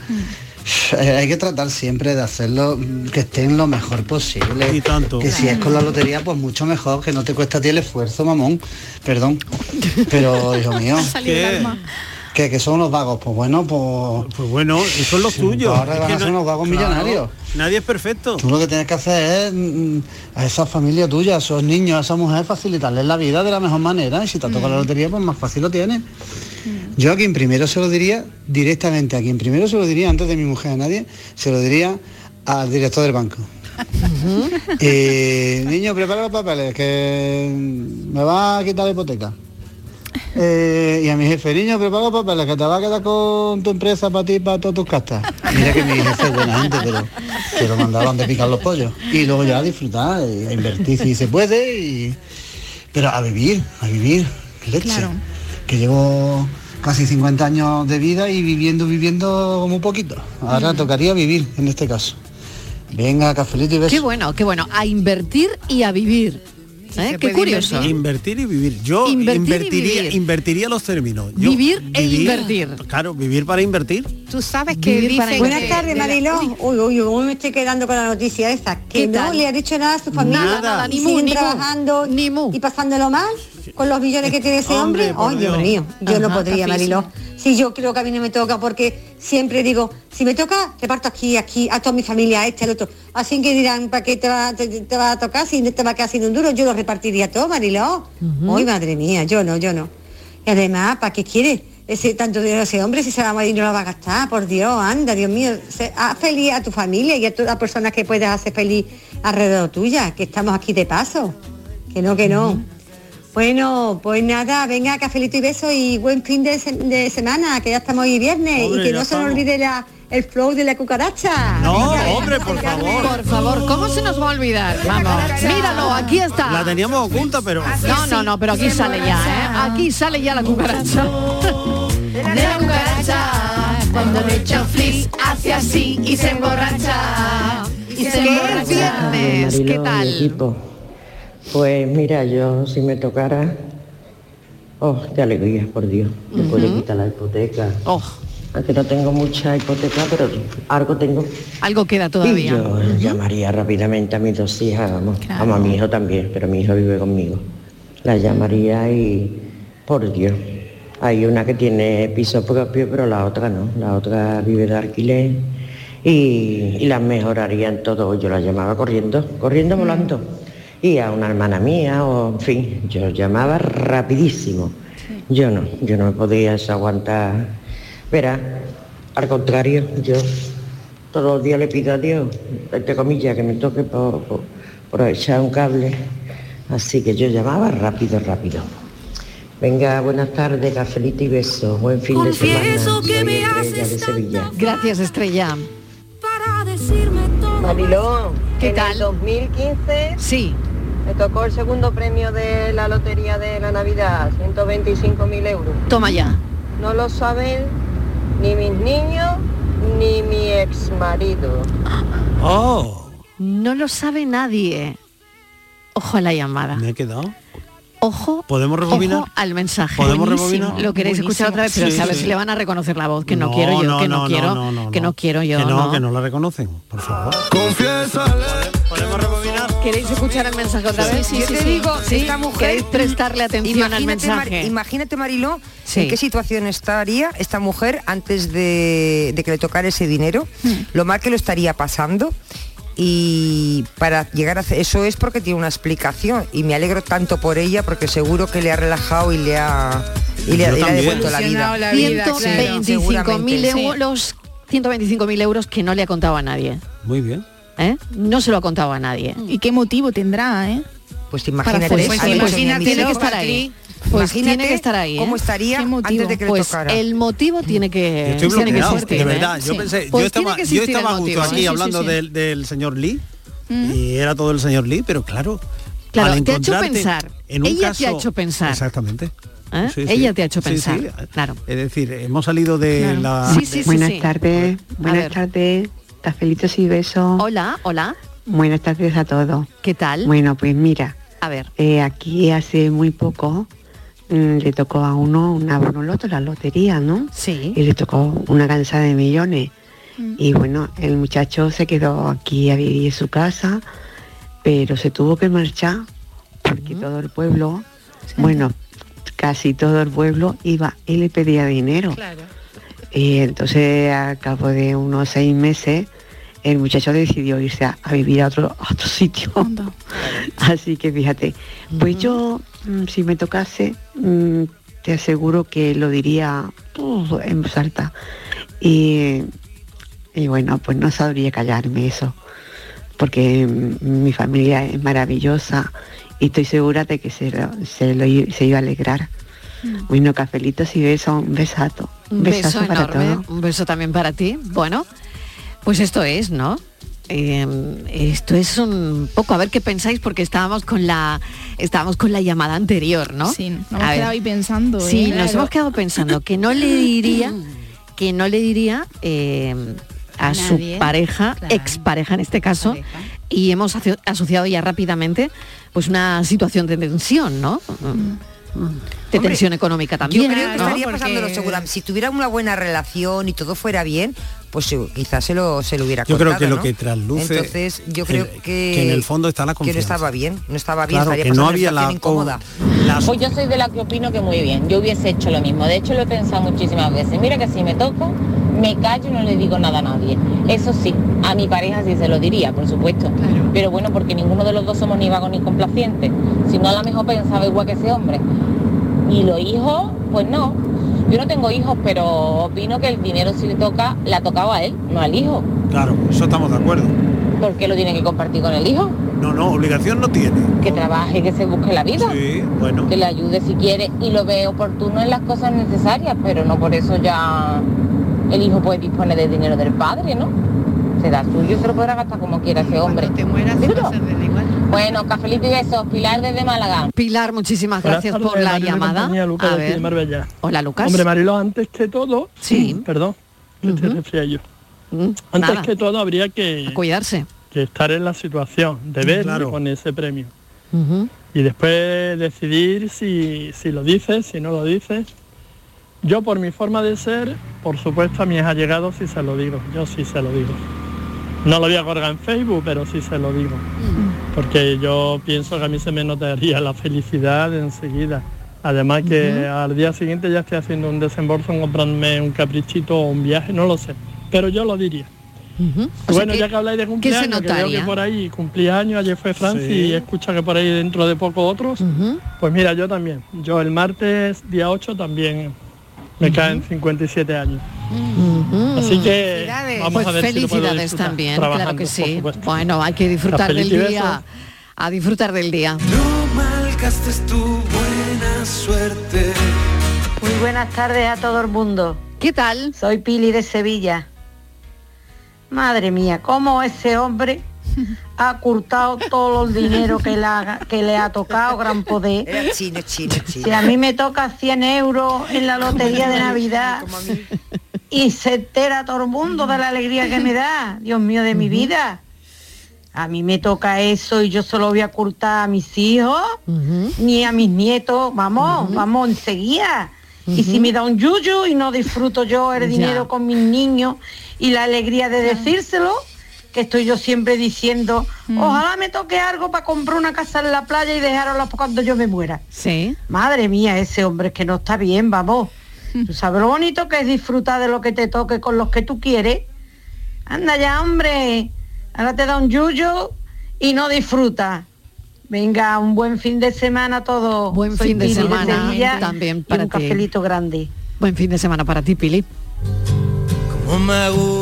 [SPEAKER 34] eh, hay que tratar siempre de hacerlo mm, que estén lo mejor posible. Y tanto. Que si es con la lotería, pues mucho mejor, que no te cuesta a ti el esfuerzo, mamón. Perdón. Pero, hijo mío.
[SPEAKER 19] salido el ¿Qué? alma.
[SPEAKER 34] Que, que son los vagos, pues bueno, pues... Pues bueno, y son los
[SPEAKER 19] Tuyo.
[SPEAKER 34] Ahora
[SPEAKER 19] Es
[SPEAKER 34] van
[SPEAKER 19] que
[SPEAKER 34] a ser
[SPEAKER 19] no-
[SPEAKER 34] unos vagos
[SPEAKER 19] Claro,
[SPEAKER 34] millonarios.
[SPEAKER 19] Nadie es perfecto.
[SPEAKER 34] Tú lo que tienes que hacer es mm, a esa familia tuya, a esos niños, a esa mujer, facilitarles la vida de la mejor manera. Y si te toca la lotería, pues más fácil lo tienes.
[SPEAKER 26] Mm.
[SPEAKER 34] Yo a quien primero se lo diría, directamente a quien primero se lo diría, antes de mi mujer, a nadie, se lo diría al director del banco. Eh, niño, prepara los papeles, que me va a quitar la hipoteca. Eh, y a mi jefe, niño, prepara los papeles, que te va a quedar con tu empresa para ti, para todas tus castas. Mira que mi jefe es buena gente, pero que lo mandaban de picar los pollos. Y luego ya a disfrutar, y a invertir si se puede, y, pero a vivir, a vivir. Qué Leche. Claro. Que llevo casi 50 años de vida y viviendo, viviendo como un poquito. Ahora tocaría vivir en este caso. Venga, cafelito y besos.
[SPEAKER 18] Qué bueno, qué bueno. A invertir y a vivir. ¿eh? Qué curioso.
[SPEAKER 19] Invertir y vivir. Yo
[SPEAKER 18] Invertir y
[SPEAKER 19] invertiría,
[SPEAKER 18] vivir.
[SPEAKER 19] invertiría los términos. Yo
[SPEAKER 18] Vivir e invertir.
[SPEAKER 19] Claro, vivir para invertir.
[SPEAKER 35] Tú sabes
[SPEAKER 18] que Vivir para dicen
[SPEAKER 35] Buenas
[SPEAKER 18] que- de
[SPEAKER 35] tardes,
[SPEAKER 18] la-
[SPEAKER 35] Mariló. Uy, uy, uy, me estoy quedando con la noticia esa.
[SPEAKER 18] ¿Qué
[SPEAKER 35] Que no
[SPEAKER 18] tal?
[SPEAKER 35] le ha dicho nada a su familia.
[SPEAKER 18] Nada, nada,
[SPEAKER 35] y
[SPEAKER 18] ni mu,
[SPEAKER 35] siguen
[SPEAKER 18] ni mu.
[SPEAKER 35] trabajando y pasándolo mal con los billones que tiene ese hombre.
[SPEAKER 18] Hombre, por
[SPEAKER 35] Ay, Dios
[SPEAKER 18] Dios.
[SPEAKER 35] mío, yo no
[SPEAKER 18] Ajá,
[SPEAKER 35] podría,
[SPEAKER 18] capísimo.
[SPEAKER 35] Mariló. Si yo creo que a mí no me toca porque siempre digo, si me toca, reparto aquí, aquí, a toda mi familia, a este, al otro. Así que dirán, ¿para qué te va, te, te va a tocar si te va a quedar sin un duro? Yo lo repartiría todo, Mariló.
[SPEAKER 6] Ujú.
[SPEAKER 35] Ay, madre mía, yo no, yo no. Y además, ¿para qué quiere ese tanto dinero a ese hombre si se va a morir y no lo va a gastar? Por Dios, anda, Dios mío. Se- haz feliz a tu familia y a todas las personas que puedas hacer feliz alrededor tuya, que estamos aquí de paso. Que no, que no. Bueno, pues nada, venga, cafelito y beso y buen fin de, se- de semana, que ya estamos hoy viernes
[SPEAKER 19] Hombre,
[SPEAKER 35] y que no se
[SPEAKER 19] ya
[SPEAKER 35] nos
[SPEAKER 19] estamos.
[SPEAKER 35] olvide la- el flow de la cucaracha.
[SPEAKER 19] No, hombre, por favor.
[SPEAKER 18] Por favor, ¿cómo se nos va a olvidar? Vamos, míralo, aquí está.
[SPEAKER 19] La teníamos oculta, pero.
[SPEAKER 18] No, no, no, pero aquí sale ya, ¿eh? Aquí sale ya la cucaracha.
[SPEAKER 24] De la cucaracha, cuando le echo flis, hace así y se emborracha. Y se emborracha.
[SPEAKER 18] viernes,
[SPEAKER 36] Mariló,
[SPEAKER 18] Pues, ¿qué tal?
[SPEAKER 36] mi equipo. Pues mira, yo si me tocara, oh, qué alegría, por Dios, me puede quitar la hipoteca.
[SPEAKER 18] Oh.
[SPEAKER 36] Aunque no tengo mucha hipoteca, pero algo tengo.
[SPEAKER 18] Algo queda todavía.
[SPEAKER 36] Y yo llamaría rápidamente a mis dos hijas, vamos, vamos, a mi hijo también, pero mi hijo vive conmigo. La llamaría y, por Dios, hay una que tiene piso propio, pero la otra no, la otra vive de alquiler y, y las mejoraría en todo. Yo la llamaba corriendo, corriendo, volando. Y a una hermana mía, o en fin, yo llamaba rapidísimo. Yo no, yo no me podía aguantar. Verá, al contrario, yo todos los días le pido a Dios, entre comillas, que me toque por, por- por echar un cable. Así que yo llamaba rápido, rápido. Venga, buenas tardes, cafelito y besos. Buen fin de semana.
[SPEAKER 18] Confieso que
[SPEAKER 36] Soy
[SPEAKER 18] me
[SPEAKER 36] Estrella
[SPEAKER 18] haces
[SPEAKER 36] de Sevilla.
[SPEAKER 18] Gracias, Estrella.
[SPEAKER 6] Mariló,
[SPEAKER 18] ¿Qué
[SPEAKER 6] en
[SPEAKER 18] tal?
[SPEAKER 6] el 2015
[SPEAKER 18] sí.
[SPEAKER 6] me tocó el segundo premio de la lotería de la Navidad, 125.000 euros.
[SPEAKER 18] Toma ya.
[SPEAKER 6] No lo saben ni mis niños ni mi ex marido.
[SPEAKER 19] Oh,
[SPEAKER 18] No lo sabe nadie. Ojo a la llamada.
[SPEAKER 19] me he quedado.
[SPEAKER 18] Ojo,
[SPEAKER 19] ¿Podemos rebobinar?
[SPEAKER 18] ojo al mensaje.
[SPEAKER 19] ¿Podemos
[SPEAKER 18] Buenísimo.
[SPEAKER 19] rebobinar?
[SPEAKER 18] Lo queréis escuchar otra vez, pero
[SPEAKER 19] Sí,
[SPEAKER 18] a ver
[SPEAKER 19] sí.
[SPEAKER 18] si le van a reconocer la voz, que no, quiero yo, que no, quiero, que no quiero yo.
[SPEAKER 19] Que no,
[SPEAKER 18] no.
[SPEAKER 19] que no la reconocen, por favor.
[SPEAKER 18] ¿Queréis escuchar el mensaje otra vez?
[SPEAKER 21] Yo te digo, esta mujer-
[SPEAKER 18] ¿Queréis prestarle atención al
[SPEAKER 21] Imagínate, Mar-
[SPEAKER 18] mensaje?
[SPEAKER 21] imagínate, Mariló,
[SPEAKER 18] Sí.
[SPEAKER 21] en qué situación estaría esta mujer antes de, de que le tocara ese dinero,
[SPEAKER 18] Mm.
[SPEAKER 21] lo mal que lo estaría pasando. Y para llegar a hacer eso es porque tiene una explicación y me alegro tanto por ella porque seguro que le ha relajado y le ha, y le, ha-
[SPEAKER 37] Yo
[SPEAKER 21] y le ha
[SPEAKER 37] también.
[SPEAKER 21] devuelto la vida.
[SPEAKER 18] 125.000
[SPEAKER 21] Seguramente.
[SPEAKER 18] euros, 125.000 euros que no le ha contado a nadie.
[SPEAKER 19] Muy bien.
[SPEAKER 18] ¿eh? No se lo ha contado a nadie.
[SPEAKER 20] ¿Y qué motivo tendrá, eh?
[SPEAKER 21] Mm. Pues
[SPEAKER 18] imagínate,
[SPEAKER 21] Para hacer
[SPEAKER 18] pues
[SPEAKER 21] eso.
[SPEAKER 18] imagínate, tiene que
[SPEAKER 21] Patrick,
[SPEAKER 18] estar ahí. Pues
[SPEAKER 21] imagínate
[SPEAKER 18] tiene que estar ahí. ¿eh?
[SPEAKER 21] cómo estaría
[SPEAKER 18] ¿Qué motivo?
[SPEAKER 21] antes de que le
[SPEAKER 18] pues
[SPEAKER 21] tocara.
[SPEAKER 18] El motivo tiene que,
[SPEAKER 19] Yo estoy
[SPEAKER 18] Eh, tiene que
[SPEAKER 19] bloqueado,
[SPEAKER 18] ser
[SPEAKER 19] de
[SPEAKER 18] firme,
[SPEAKER 19] verdad.
[SPEAKER 18] ¿eh?
[SPEAKER 19] Yo
[SPEAKER 18] Sí.
[SPEAKER 19] pensé,
[SPEAKER 18] Pues
[SPEAKER 19] yo
[SPEAKER 18] tiene
[SPEAKER 19] estaba,
[SPEAKER 18] que
[SPEAKER 19] yo
[SPEAKER 18] existir el
[SPEAKER 19] estaba justo
[SPEAKER 18] motivo,
[SPEAKER 19] aquí
[SPEAKER 18] sí, sí,
[SPEAKER 19] hablando
[SPEAKER 18] sí, sí.
[SPEAKER 19] Del, del señor Lee y era todo el señor Lee, pero claro,
[SPEAKER 18] Claro,
[SPEAKER 19] al
[SPEAKER 18] te ha hecho
[SPEAKER 19] encontrarte
[SPEAKER 18] pensar.
[SPEAKER 19] en un
[SPEAKER 18] Ella te ha
[SPEAKER 19] caso-
[SPEAKER 18] hecho pensar.
[SPEAKER 19] Exactamente.
[SPEAKER 18] ¿Eh?
[SPEAKER 19] Sí, sí.
[SPEAKER 18] Ella te ha hecho
[SPEAKER 19] Sí,
[SPEAKER 18] pensar.
[SPEAKER 19] sí.
[SPEAKER 18] Claro.
[SPEAKER 19] Es decir, hemos salido de Eh, la.
[SPEAKER 38] buenas tardes, buenas tardes, cafelitos y besos.
[SPEAKER 18] Hola, hola.
[SPEAKER 38] Buenas tardes a todos.
[SPEAKER 18] ¿Qué tal?
[SPEAKER 38] Bueno, pues mira,
[SPEAKER 18] A ver.
[SPEAKER 38] eh, aquí hace muy poco mm, le tocó a uno una bonoloto, la lotería, ¿no?
[SPEAKER 18] Sí.
[SPEAKER 38] Y le tocó una cansada de millones.
[SPEAKER 6] Mm.
[SPEAKER 38] Y bueno, el muchacho se quedó aquí a vivir en su casa, pero se tuvo que marchar porque todo el pueblo, bueno, casi todo el pueblo iba y le pedía dinero. Y entonces al cabo de unos seis meses el muchacho decidió irse a, a vivir a otro, a otro sitio. Así que fíjate, pues yo mm, si me tocase, mm, te aseguro que lo diría uh, en voz alta. Y, y bueno, pues no sabría callarme eso, porque mm, mi familia es maravillosa y estoy segura de que se, lo- se, lo i- se iba a alegrar.
[SPEAKER 21] Mm.
[SPEAKER 38] Bueno, cafelitos y beso, un besato.
[SPEAKER 18] Un
[SPEAKER 38] besazo
[SPEAKER 18] beso
[SPEAKER 38] para
[SPEAKER 18] enorme,
[SPEAKER 38] todos.
[SPEAKER 18] un beso también para ti. Bueno, pues esto es, ¿no? Eh, esto es un poco a ver qué pensáis porque estábamos con la estábamos con la llamada anterior, ¿no?
[SPEAKER 20] Sí, nos
[SPEAKER 18] A
[SPEAKER 20] hemos
[SPEAKER 18] ver.
[SPEAKER 20] quedado ahí pensando.
[SPEAKER 18] Sí,
[SPEAKER 20] ¿eh?
[SPEAKER 18] nos hemos quedado pensando que no le diría, que no le diría eh, a su
[SPEAKER 20] Nadie,
[SPEAKER 18] pareja, expareja en este caso, y hemos aso- asociado ya rápidamente pues una situación de tensión, ¿no? De
[SPEAKER 21] Hombre,
[SPEAKER 18] tensión económica también.
[SPEAKER 21] Yo creo que
[SPEAKER 18] Ah, ¿no?
[SPEAKER 21] estaría
[SPEAKER 18] Porque-
[SPEAKER 21] pasándolo seguramente. Si tuviera una buena relación y todo fuera bien, pues eh, quizás se lo, se lo hubiera
[SPEAKER 19] Yo creo
[SPEAKER 21] contado,
[SPEAKER 19] que lo
[SPEAKER 21] ¿no?
[SPEAKER 19] que trasluce
[SPEAKER 21] Entonces, yo
[SPEAKER 19] que-
[SPEAKER 21] creo que,
[SPEAKER 19] que en el fondo está
[SPEAKER 21] Que
[SPEAKER 19] la
[SPEAKER 21] no
[SPEAKER 19] confianza.
[SPEAKER 21] estaba bien, no estaba bien,
[SPEAKER 19] Claro,
[SPEAKER 21] estaría
[SPEAKER 19] que no
[SPEAKER 21] pasando
[SPEAKER 19] había
[SPEAKER 21] una situación
[SPEAKER 19] la con-
[SPEAKER 21] incómoda.
[SPEAKER 39] Pues yo soy de la que opino que muy bien. Yo hubiese hecho lo mismo. De hecho, lo he pensado muchísimas veces. Mira que si me toco, me callo y no le digo nada a nadie. Eso sí, a mi pareja sí se lo diría, por supuesto. Pero bueno, porque ninguno de los dos somos ni vagos ni complacientes. Si no, a lo mejor pensaba igual que ese hombre. Y los hijos, pues no. Yo no tengo hijos, pero opino que el dinero si le toca, la tocaba a él, no al hijo.
[SPEAKER 19] Claro, eso estamos de acuerdo.
[SPEAKER 39] Porque lo tiene que compartir con el hijo.
[SPEAKER 19] No, no, obligación no tiene.
[SPEAKER 39] que trabaje, que se busque la vida,
[SPEAKER 19] bueno.
[SPEAKER 39] que le ayude si quiere y lo ve oportuno en las cosas necesarias, pero no por eso ya el hijo puede disponer del dinero del padre, ¿no? Será suyo, se lo podrá gastar como quiera ese hombre. Te mueras, Bueno, cafelito y besos, Pilar desde Málaga.
[SPEAKER 18] Pilar, muchísimas
[SPEAKER 40] Buenas
[SPEAKER 18] gracias
[SPEAKER 40] tardes,
[SPEAKER 18] por la
[SPEAKER 40] Mariló y
[SPEAKER 18] llamada.
[SPEAKER 40] compañía, Lucas,
[SPEAKER 18] A
[SPEAKER 40] de aquí de
[SPEAKER 18] ver.
[SPEAKER 40] Marbella.
[SPEAKER 18] Hola, Lucas.
[SPEAKER 40] Hombre, Marilo, antes que todo...
[SPEAKER 18] Sí. Mm,
[SPEAKER 40] Perdón, que te resfrié yo. Antes
[SPEAKER 18] nada.
[SPEAKER 40] que todo habría que...
[SPEAKER 18] cuidarse.
[SPEAKER 40] Que estar en la situación de ver
[SPEAKER 18] Claro.
[SPEAKER 40] con ese premio. Y después decidir si, si lo dices, si no lo dices. Yo por mi forma de ser, por supuesto a mis allegados sí se lo digo. Yo sí se lo digo. No lo voy a colgar en Facebook, pero sí se lo digo. Porque yo pienso que a mí se me notaría la felicidad enseguida. Además que al día siguiente ya estoy haciendo un desembolso en comprarme un caprichito o un viaje, no lo sé. Pero yo lo diría.
[SPEAKER 18] O sea
[SPEAKER 40] Bueno,
[SPEAKER 18] que-
[SPEAKER 40] ya que habláis de
[SPEAKER 18] ¿qué se
[SPEAKER 40] cumpleaños, que veo que
[SPEAKER 18] notaría?
[SPEAKER 40] por ahí cumplía años, ayer fue Francis y escucha que por ahí dentro de poco otros. Pues mira, yo también. Yo el martes día 8 también me caen 57 años. Así que vamos
[SPEAKER 18] Pues
[SPEAKER 40] a ver si lo puedo
[SPEAKER 18] felicidades
[SPEAKER 40] disfrutar
[SPEAKER 18] también, claro
[SPEAKER 40] trabajando,
[SPEAKER 18] que
[SPEAKER 40] por
[SPEAKER 18] sí.
[SPEAKER 40] supuesto.
[SPEAKER 18] Bueno, hay que disfrutar del
[SPEAKER 40] Cafelito y
[SPEAKER 18] día. A disfrutar del día.
[SPEAKER 29] malgastes tu buena suerte.
[SPEAKER 6] Muy buenas tardes a todo el mundo.
[SPEAKER 18] ¿Qué tal?
[SPEAKER 6] Soy Pili de Sevilla. Madre mía, cómo ese hombre ha curtado todo el dinero que le, ha, que le ha tocado, gran poder.
[SPEAKER 21] Era chino, chino, chino.
[SPEAKER 6] Si a mí me toca 100 euros en la lotería de Navidad y se entera todo el mundo de la alegría que me da, Dios mío de mi vida. A mí me toca eso y yo se lo voy a ocultar a mis hijos, ni a mis nietos, vamos, vamos enseguida. Y si me da un yuyu y no disfruto yo el
[SPEAKER 18] Ya.
[SPEAKER 6] dinero con mis niños y la alegría de decírselo, que estoy yo siempre diciendo,
[SPEAKER 18] Mm.
[SPEAKER 6] ojalá me toque algo para comprar una casa en la playa y dejarla cuando yo me muera.
[SPEAKER 18] Sí.
[SPEAKER 6] Madre mía, ese hombre es que no está bien, vamos.
[SPEAKER 18] Mm.
[SPEAKER 6] Tú sabes lo bonito que es disfrutar de lo que te toque con los que tú quieres. Anda ya, hombre. Ahora te da un yuyo y no disfruta. Venga, un buen fin de semana a todos. Buen
[SPEAKER 18] fin de semana también para
[SPEAKER 6] un
[SPEAKER 18] ti.
[SPEAKER 6] cafelito grande.
[SPEAKER 18] Buen fin de semana para ti, Pili.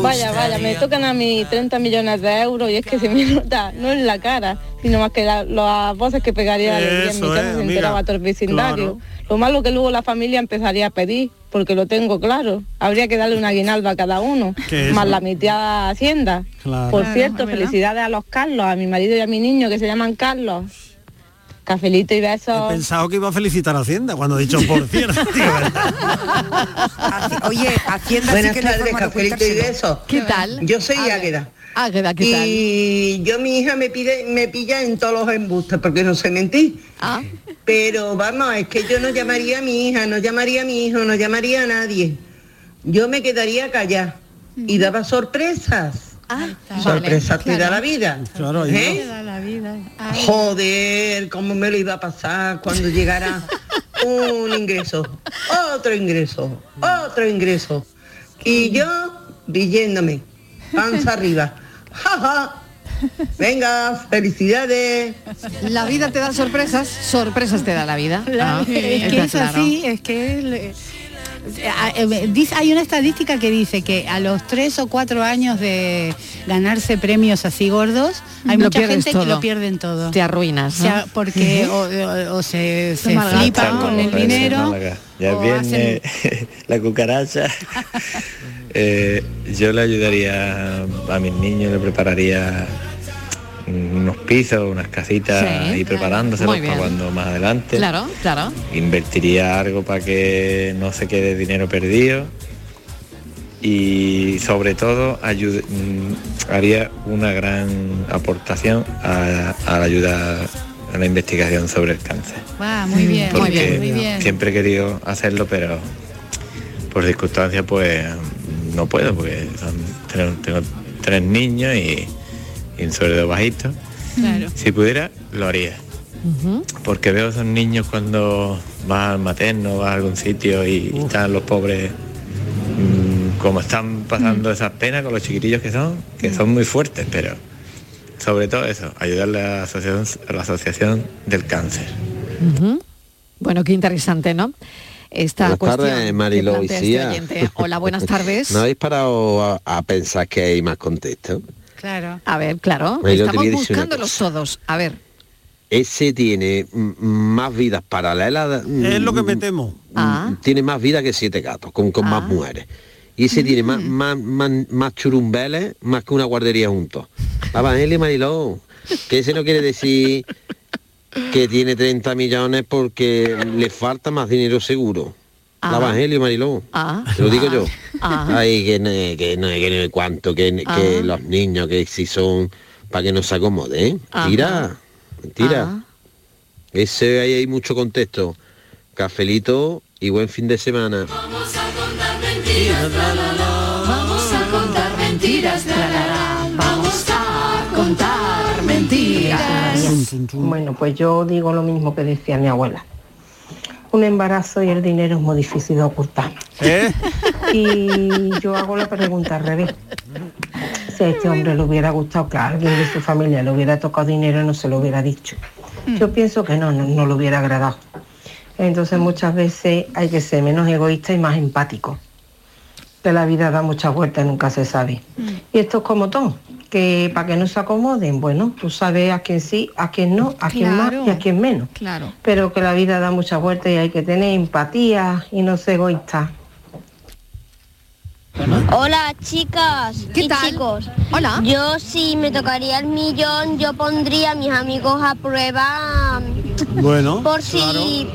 [SPEAKER 26] Vaya, vaya, me tocan a mí 30 millones de euros y es que se me nota, no en la cara, sino más que la- las voces que pegaría la alegría en mi Eso casa es, se amiga. enteraba todo el vecindario. Lo malo que luego la familia empezaría a pedir, porque lo tengo claro, habría que darle una aguinaldo a cada uno,
[SPEAKER 3] Que
[SPEAKER 26] más
[SPEAKER 3] eso-
[SPEAKER 26] la mitad a Hacienda.
[SPEAKER 3] Claro.
[SPEAKER 26] Por
[SPEAKER 3] Claro,
[SPEAKER 26] cierto,
[SPEAKER 3] es verdad.
[SPEAKER 26] felicidades a los Carlos, a mi marido y a mi niño que se llaman Carlos. Cafelito y besos.
[SPEAKER 19] Pensado que iba a felicitar a Hacienda cuando he dicho por cierto.
[SPEAKER 21] Oye, Hacienda
[SPEAKER 31] Buenas
[SPEAKER 21] sí que le
[SPEAKER 31] tardes,
[SPEAKER 21] forma de
[SPEAKER 31] cafelito y
[SPEAKER 21] ocultárselo.
[SPEAKER 31] besos.
[SPEAKER 18] ¿Qué tal?
[SPEAKER 31] Yo soy Águeda.
[SPEAKER 18] Águeda, ¿qué tal?
[SPEAKER 31] Y yo mi hija me pide, me pilla en todos los embustes porque no sé mentir.
[SPEAKER 18] Ah.
[SPEAKER 31] Pero vamos, es que yo no llamaría a mi hija, no llamaría a mi hijo, no llamaría a nadie. Yo me quedaría callada
[SPEAKER 18] Mm.
[SPEAKER 31] y daba sorpresas. sorpresas te da la vida.
[SPEAKER 19] Claro, ahí
[SPEAKER 31] ¿eh? Joder, cómo me lo iba a pasar cuando llegara un ingreso, otro ingreso, otro ingreso. Y yo riéndome, panza arriba. Ja, ja. Venga, felicidades.
[SPEAKER 18] La vida te da sorpresas, sorpresas te da la vida. Ah,
[SPEAKER 3] Claro, es que
[SPEAKER 18] está
[SPEAKER 3] es
[SPEAKER 18] claro.
[SPEAKER 3] así, es que le- a- eh, dice- hay una estadística que dice que a los tres o cuatro años de ganarse premios así gordos, hay
[SPEAKER 18] Lo
[SPEAKER 3] mucha
[SPEAKER 18] pierdes
[SPEAKER 3] gente
[SPEAKER 18] todo.
[SPEAKER 3] que lo pierden todo.
[SPEAKER 18] Te arruinas,
[SPEAKER 3] O sea,
[SPEAKER 18] ¿no?
[SPEAKER 3] porque
[SPEAKER 18] Ujú.
[SPEAKER 3] o, o- o se, se
[SPEAKER 33] Buenas
[SPEAKER 3] flipan
[SPEAKER 33] tardes,
[SPEAKER 3] con
[SPEAKER 33] Reyes
[SPEAKER 3] el
[SPEAKER 33] de
[SPEAKER 3] dinero.
[SPEAKER 33] Málaga. Ya
[SPEAKER 3] o
[SPEAKER 33] viene la cucaracha. Eh, yo le ayudaría a mis niños, le prepararía unos pisos, unas casitas
[SPEAKER 18] Sí.
[SPEAKER 33] y preparándoselos
[SPEAKER 18] Muy bien.
[SPEAKER 33] para cuando más adelante.
[SPEAKER 18] Claro, claro.
[SPEAKER 33] Invertiría algo para que no se quede dinero perdido. y sobre todo ayud- mm, haría una gran aportación a, a la ayuda a la investigación sobre el cáncer.
[SPEAKER 26] Va, muy bien, muy
[SPEAKER 33] Porque
[SPEAKER 26] bien, muy bien.
[SPEAKER 33] siempre he querido hacerlo, pero por circunstancias pues no puedo, porque son- tengo, tengo tres niños y, y un sueldo bajito.
[SPEAKER 3] Claro.
[SPEAKER 33] Si pudiera, lo haría. Porque veo a esos niños cuando vas al materno, vas a algún sitio y, y están los pobres mm, como están pasando esas penas con los chiquitillos que son, que son muy fuertes, pero sobre todo eso, ayudarle a la asociación, a la asociación del cáncer.
[SPEAKER 18] Ujú. Bueno, qué interesante, ¿no? Esta
[SPEAKER 14] Buenas
[SPEAKER 18] cuestión
[SPEAKER 14] tardes,
[SPEAKER 18] que
[SPEAKER 14] Mariló
[SPEAKER 18] plantea este
[SPEAKER 14] Icía.
[SPEAKER 18] oyente. Hola, buenas tardes.
[SPEAKER 14] ¿No habéis parado a, a pensar que hay más contexto?
[SPEAKER 18] Claro. A ver, claro.
[SPEAKER 14] Oye, yo te
[SPEAKER 18] Estamos
[SPEAKER 14] voy a decir una
[SPEAKER 18] buscándolos todos. A ver.
[SPEAKER 14] Ese tiene mm, más vidas paralelas.
[SPEAKER 19] Es lo que me
[SPEAKER 14] metemos.
[SPEAKER 18] Ah.
[SPEAKER 14] Tiene más vida que siete gatos, con, con más mujeres. Y ese tiene más, más, más, más churumbeles, más que una guardería juntos. Evangelio Mariló, que ese no quiere decir que tiene 30 millones porque le falta más dinero seguro.
[SPEAKER 18] Ah.
[SPEAKER 14] La Evangelio Mariló.
[SPEAKER 18] Ah.
[SPEAKER 14] Te lo digo yo.
[SPEAKER 18] Ah.
[SPEAKER 14] Ay, que no, que no, que no, cuánto, que,
[SPEAKER 18] Ah.
[SPEAKER 14] que los niños, que si son, para que no se acomode, ¿eh?
[SPEAKER 18] Ajá.
[SPEAKER 14] Tira, mentira.
[SPEAKER 18] Ah.
[SPEAKER 14] Ese ahí hay mucho contexto. Cafelito y buen fin de semana.
[SPEAKER 3] Vamos a contar mentiras, la, la, la. Vamos a contar mentiras, la, la, la. Vamos a contar mentiras.
[SPEAKER 27] Bueno, pues yo digo lo mismo que decía mi abuela. Un embarazo y el dinero es muy difícil de ocultar. Y yo hago la pregunta al revés. Si a este hombre le hubiera gustado que a alguien de su familia le hubiera tocado dinero, no se lo hubiera dicho. Yo pienso que no, no, no le hubiera agradado. Entonces muchas veces hay que ser menos egoísta y más empático. Que la vida da muchas vueltas y nunca se sabe. Y esto es como todo, que para que no se acomoden, bueno, tú sabes a quién sí, a quién no, a quién
[SPEAKER 18] Claro.
[SPEAKER 27] más y a quién menos.
[SPEAKER 18] Claro.
[SPEAKER 27] Pero que la vida da muchas vueltas y hay que tener empatía y no ser egoísta.
[SPEAKER 41] Hola chicas y chicos. Hola. Yo si me tocaría el millón, yo pondría a mis amigos a
[SPEAKER 18] Ah,
[SPEAKER 41] prueba
[SPEAKER 19] Bueno,
[SPEAKER 41] por si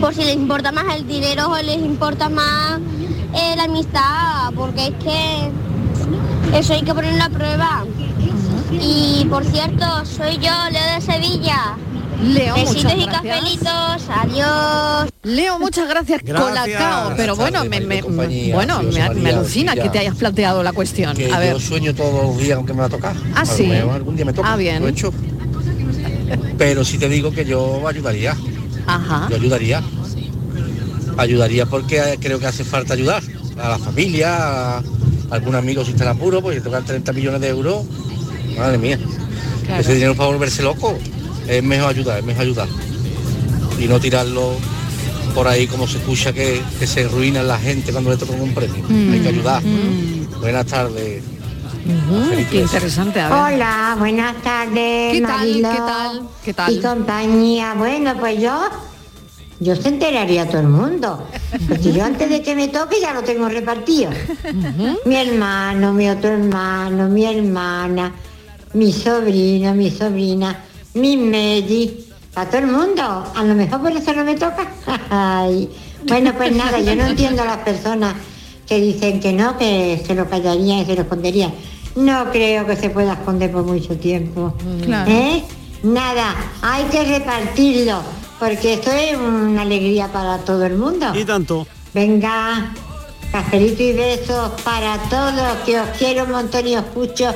[SPEAKER 41] por si les importa más el dinero o les importa más eh, la amistad, porque es que eso hay que poner una prueba. Y por cierto, soy yo, Leo de Sevilla.
[SPEAKER 18] Leo,
[SPEAKER 41] Besitos
[SPEAKER 18] muchas
[SPEAKER 41] y
[SPEAKER 18] gracias.
[SPEAKER 41] cafelitos, adiós.
[SPEAKER 18] Leo, muchas gracias,
[SPEAKER 41] Gracias.
[SPEAKER 18] Colacao. Pero bueno, me, me- bueno,
[SPEAKER 42] soy
[SPEAKER 18] me, me
[SPEAKER 42] María
[SPEAKER 18] alucina
[SPEAKER 42] Lucía.
[SPEAKER 18] que te hayas planteado la cuestión.
[SPEAKER 42] Que
[SPEAKER 18] A ver.
[SPEAKER 42] yo sueño todos los días aunque me va a tocar.
[SPEAKER 18] Ah,
[SPEAKER 42] Algún-
[SPEAKER 18] sí.
[SPEAKER 42] Algún día me toca.
[SPEAKER 18] Ah, bien.
[SPEAKER 42] Lo he hecho. Pero si te digo que yo ayudaría.
[SPEAKER 18] Ajá.
[SPEAKER 42] Yo ayudaría. Ayudaría porque eh, creo que hace falta ayudar a la familia, a algún amigo si está en apuro, porque tocan 30 millones de euros. Madre mía.
[SPEAKER 18] Claro.
[SPEAKER 42] Ese dinero para volverse loco. Es mejor ayudar, es mejor ayudar. Y no tirarlo por ahí como se escucha que, que se ruina la gente cuando le tocan un premio. Hay
[SPEAKER 18] Mm.
[SPEAKER 42] que ayudar. Buenas tardes.
[SPEAKER 18] qué interesante. A ver.
[SPEAKER 43] Hola, buenas tardes.
[SPEAKER 18] ¿Qué tal?
[SPEAKER 43] Mariló
[SPEAKER 18] ¿Qué tal? ¿Qué tal?
[SPEAKER 43] Y compañía. Bueno, pues yo, yo se enteraría a todo el mundo. Porque yo antes de que me toque ya lo tengo repartido. Mi hermano, mi otro hermano, mi hermana, mi sobrino, mi sobrina, mi Medi, a todo el mundo. A lo mejor por eso no me toca. Ay. Bueno, pues nada, yo no entiendo a las personas que dicen que no, que se lo callarían y se lo esconderían. No creo que se pueda esconder por mucho tiempo.
[SPEAKER 3] Claro.
[SPEAKER 43] ¿Eh? Nada, hay que repartirlo, porque esto es una alegría para todo el mundo. Y
[SPEAKER 19] tanto.
[SPEAKER 43] Venga, cafelito y besos para todos, que os quiero un montón y os escucho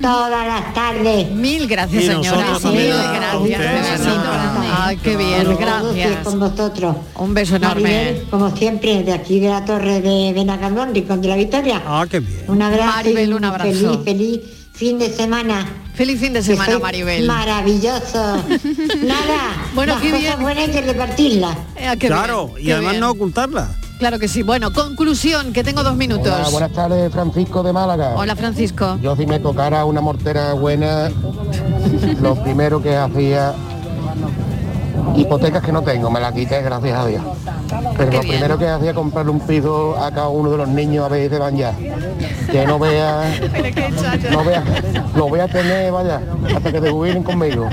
[SPEAKER 43] todas las tardes.
[SPEAKER 18] Mil gracias,
[SPEAKER 43] Y
[SPEAKER 18] señora.
[SPEAKER 43] nosotros también
[SPEAKER 18] Mil
[SPEAKER 43] a
[SPEAKER 18] gracias.
[SPEAKER 43] ustedes,
[SPEAKER 18] de verdad. Ay, qué bien, gracias.
[SPEAKER 43] Con vosotros.
[SPEAKER 18] Un beso enorme.
[SPEAKER 43] Maribel, como siempre, de aquí de la torre de Benacarlón, Rincón de la Victoria.
[SPEAKER 19] Ah, qué bien.
[SPEAKER 43] Un abrazo.
[SPEAKER 18] Maribel,
[SPEAKER 43] y
[SPEAKER 18] un abrazo.
[SPEAKER 43] Feliz, feliz fin de semana.
[SPEAKER 18] Feliz fin de
[SPEAKER 43] Que
[SPEAKER 18] semana,
[SPEAKER 43] sois
[SPEAKER 18] Maribel.
[SPEAKER 43] Maravilloso. Nada.
[SPEAKER 18] Bueno,
[SPEAKER 43] las
[SPEAKER 18] qué
[SPEAKER 43] cosas
[SPEAKER 18] bien.
[SPEAKER 43] buenas hay que repartirlas.
[SPEAKER 18] Eh, qué
[SPEAKER 19] claro,
[SPEAKER 18] bien,
[SPEAKER 19] y
[SPEAKER 18] qué
[SPEAKER 19] además
[SPEAKER 18] bien.
[SPEAKER 19] no ocultarla.
[SPEAKER 18] Claro que sí. Bueno, conclusión, que tengo dos minutos.
[SPEAKER 44] Hola, buenas tardes, Francisco de Málaga.
[SPEAKER 18] Hola, Francisco.
[SPEAKER 44] Yo si me tocara una mortera buena, lo primero que hacía hipotecas que no tengo, me las quité, gracias a Dios. Pero
[SPEAKER 18] Qué
[SPEAKER 44] lo
[SPEAKER 18] bien.
[SPEAKER 44] primero que hacía comprar un piso a cada uno de los niños a veces van ya. Que no vea, no vea, lo voy a tener, vaya, hasta que se jubilen conmigo.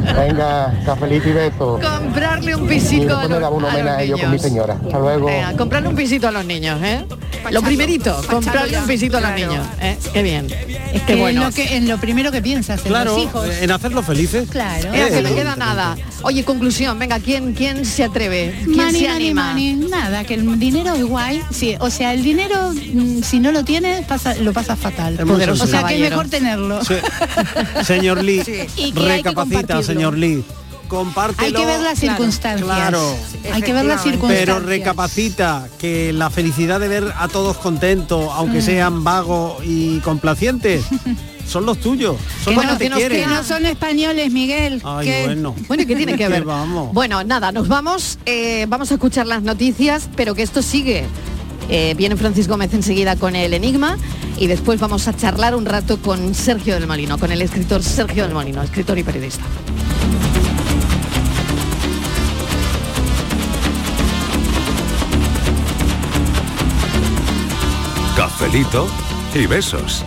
[SPEAKER 44] Venga, cafelito y beso.
[SPEAKER 18] Comprarle un
[SPEAKER 44] Y
[SPEAKER 18] pisito a
[SPEAKER 44] después me
[SPEAKER 18] los,
[SPEAKER 44] daba un
[SPEAKER 18] a los
[SPEAKER 44] homenaje a ellos con mi
[SPEAKER 18] niños.
[SPEAKER 44] señora. Hasta luego.
[SPEAKER 18] Venga, comprarle un pisito a los niños, ¿eh? lo primerito,
[SPEAKER 3] Fachado
[SPEAKER 18] comprarle
[SPEAKER 3] ya,
[SPEAKER 18] un pisito a los
[SPEAKER 3] claro.
[SPEAKER 18] niños. ¿eh? Qué bien. Es
[SPEAKER 3] Que
[SPEAKER 18] que
[SPEAKER 3] es
[SPEAKER 18] bueno.
[SPEAKER 3] lo que, en lo primero que piensas, en
[SPEAKER 19] Claro,
[SPEAKER 3] los hijos.
[SPEAKER 19] en hacerlos felices.
[SPEAKER 3] Claro.
[SPEAKER 19] Eh,
[SPEAKER 18] Mira, que no queda nada. Oye, conclusión, venga, ¿quién, quién se atreve? ¿Quién
[SPEAKER 3] Mani,
[SPEAKER 18] se
[SPEAKER 3] mani,
[SPEAKER 18] anima?
[SPEAKER 3] mani, nada, que el dinero es guay. Sí, o sea, el dinero, mm, si no lo tienes, pasa, lo pasas fatal.
[SPEAKER 19] Es muy
[SPEAKER 3] o sea, que es
[SPEAKER 19] sencillo.
[SPEAKER 3] mejor tenerlo.
[SPEAKER 19] Sí. Señor Lee,
[SPEAKER 3] Sí. Y que hay que
[SPEAKER 19] recapacita,
[SPEAKER 3] compartirlo.
[SPEAKER 19] señor Lee. Compártelo.
[SPEAKER 3] Hay que ver las
[SPEAKER 19] Claro,
[SPEAKER 3] circunstancias.
[SPEAKER 19] Claro.
[SPEAKER 3] Hay que ver las circunstancias.
[SPEAKER 19] Pero recapacita que la felicidad de ver a todos contentos, aunque
[SPEAKER 3] Mm.
[SPEAKER 19] sean vagos y complacientes, son los tuyos. Son
[SPEAKER 3] que,
[SPEAKER 19] los
[SPEAKER 3] no, que
[SPEAKER 19] que te
[SPEAKER 3] no- que
[SPEAKER 19] quieren.
[SPEAKER 3] no son españoles, Miguel.
[SPEAKER 19] Ay,
[SPEAKER 18] ¿Qué?
[SPEAKER 19] bueno.
[SPEAKER 18] Bueno, ¿y ¿qué tiene que
[SPEAKER 19] Que
[SPEAKER 18] ver?
[SPEAKER 19] vamos.
[SPEAKER 18] Bueno, nada, nos vamos, eh, vamos a escuchar las noticias, pero que esto sigue. Eh, viene Francisco Gómez enseguida con el enigma y después vamos a charlar un rato con Sergio del Molino, con el escritor Sergio del Molino, escritor y periodista.
[SPEAKER 8] Cafelito y besos.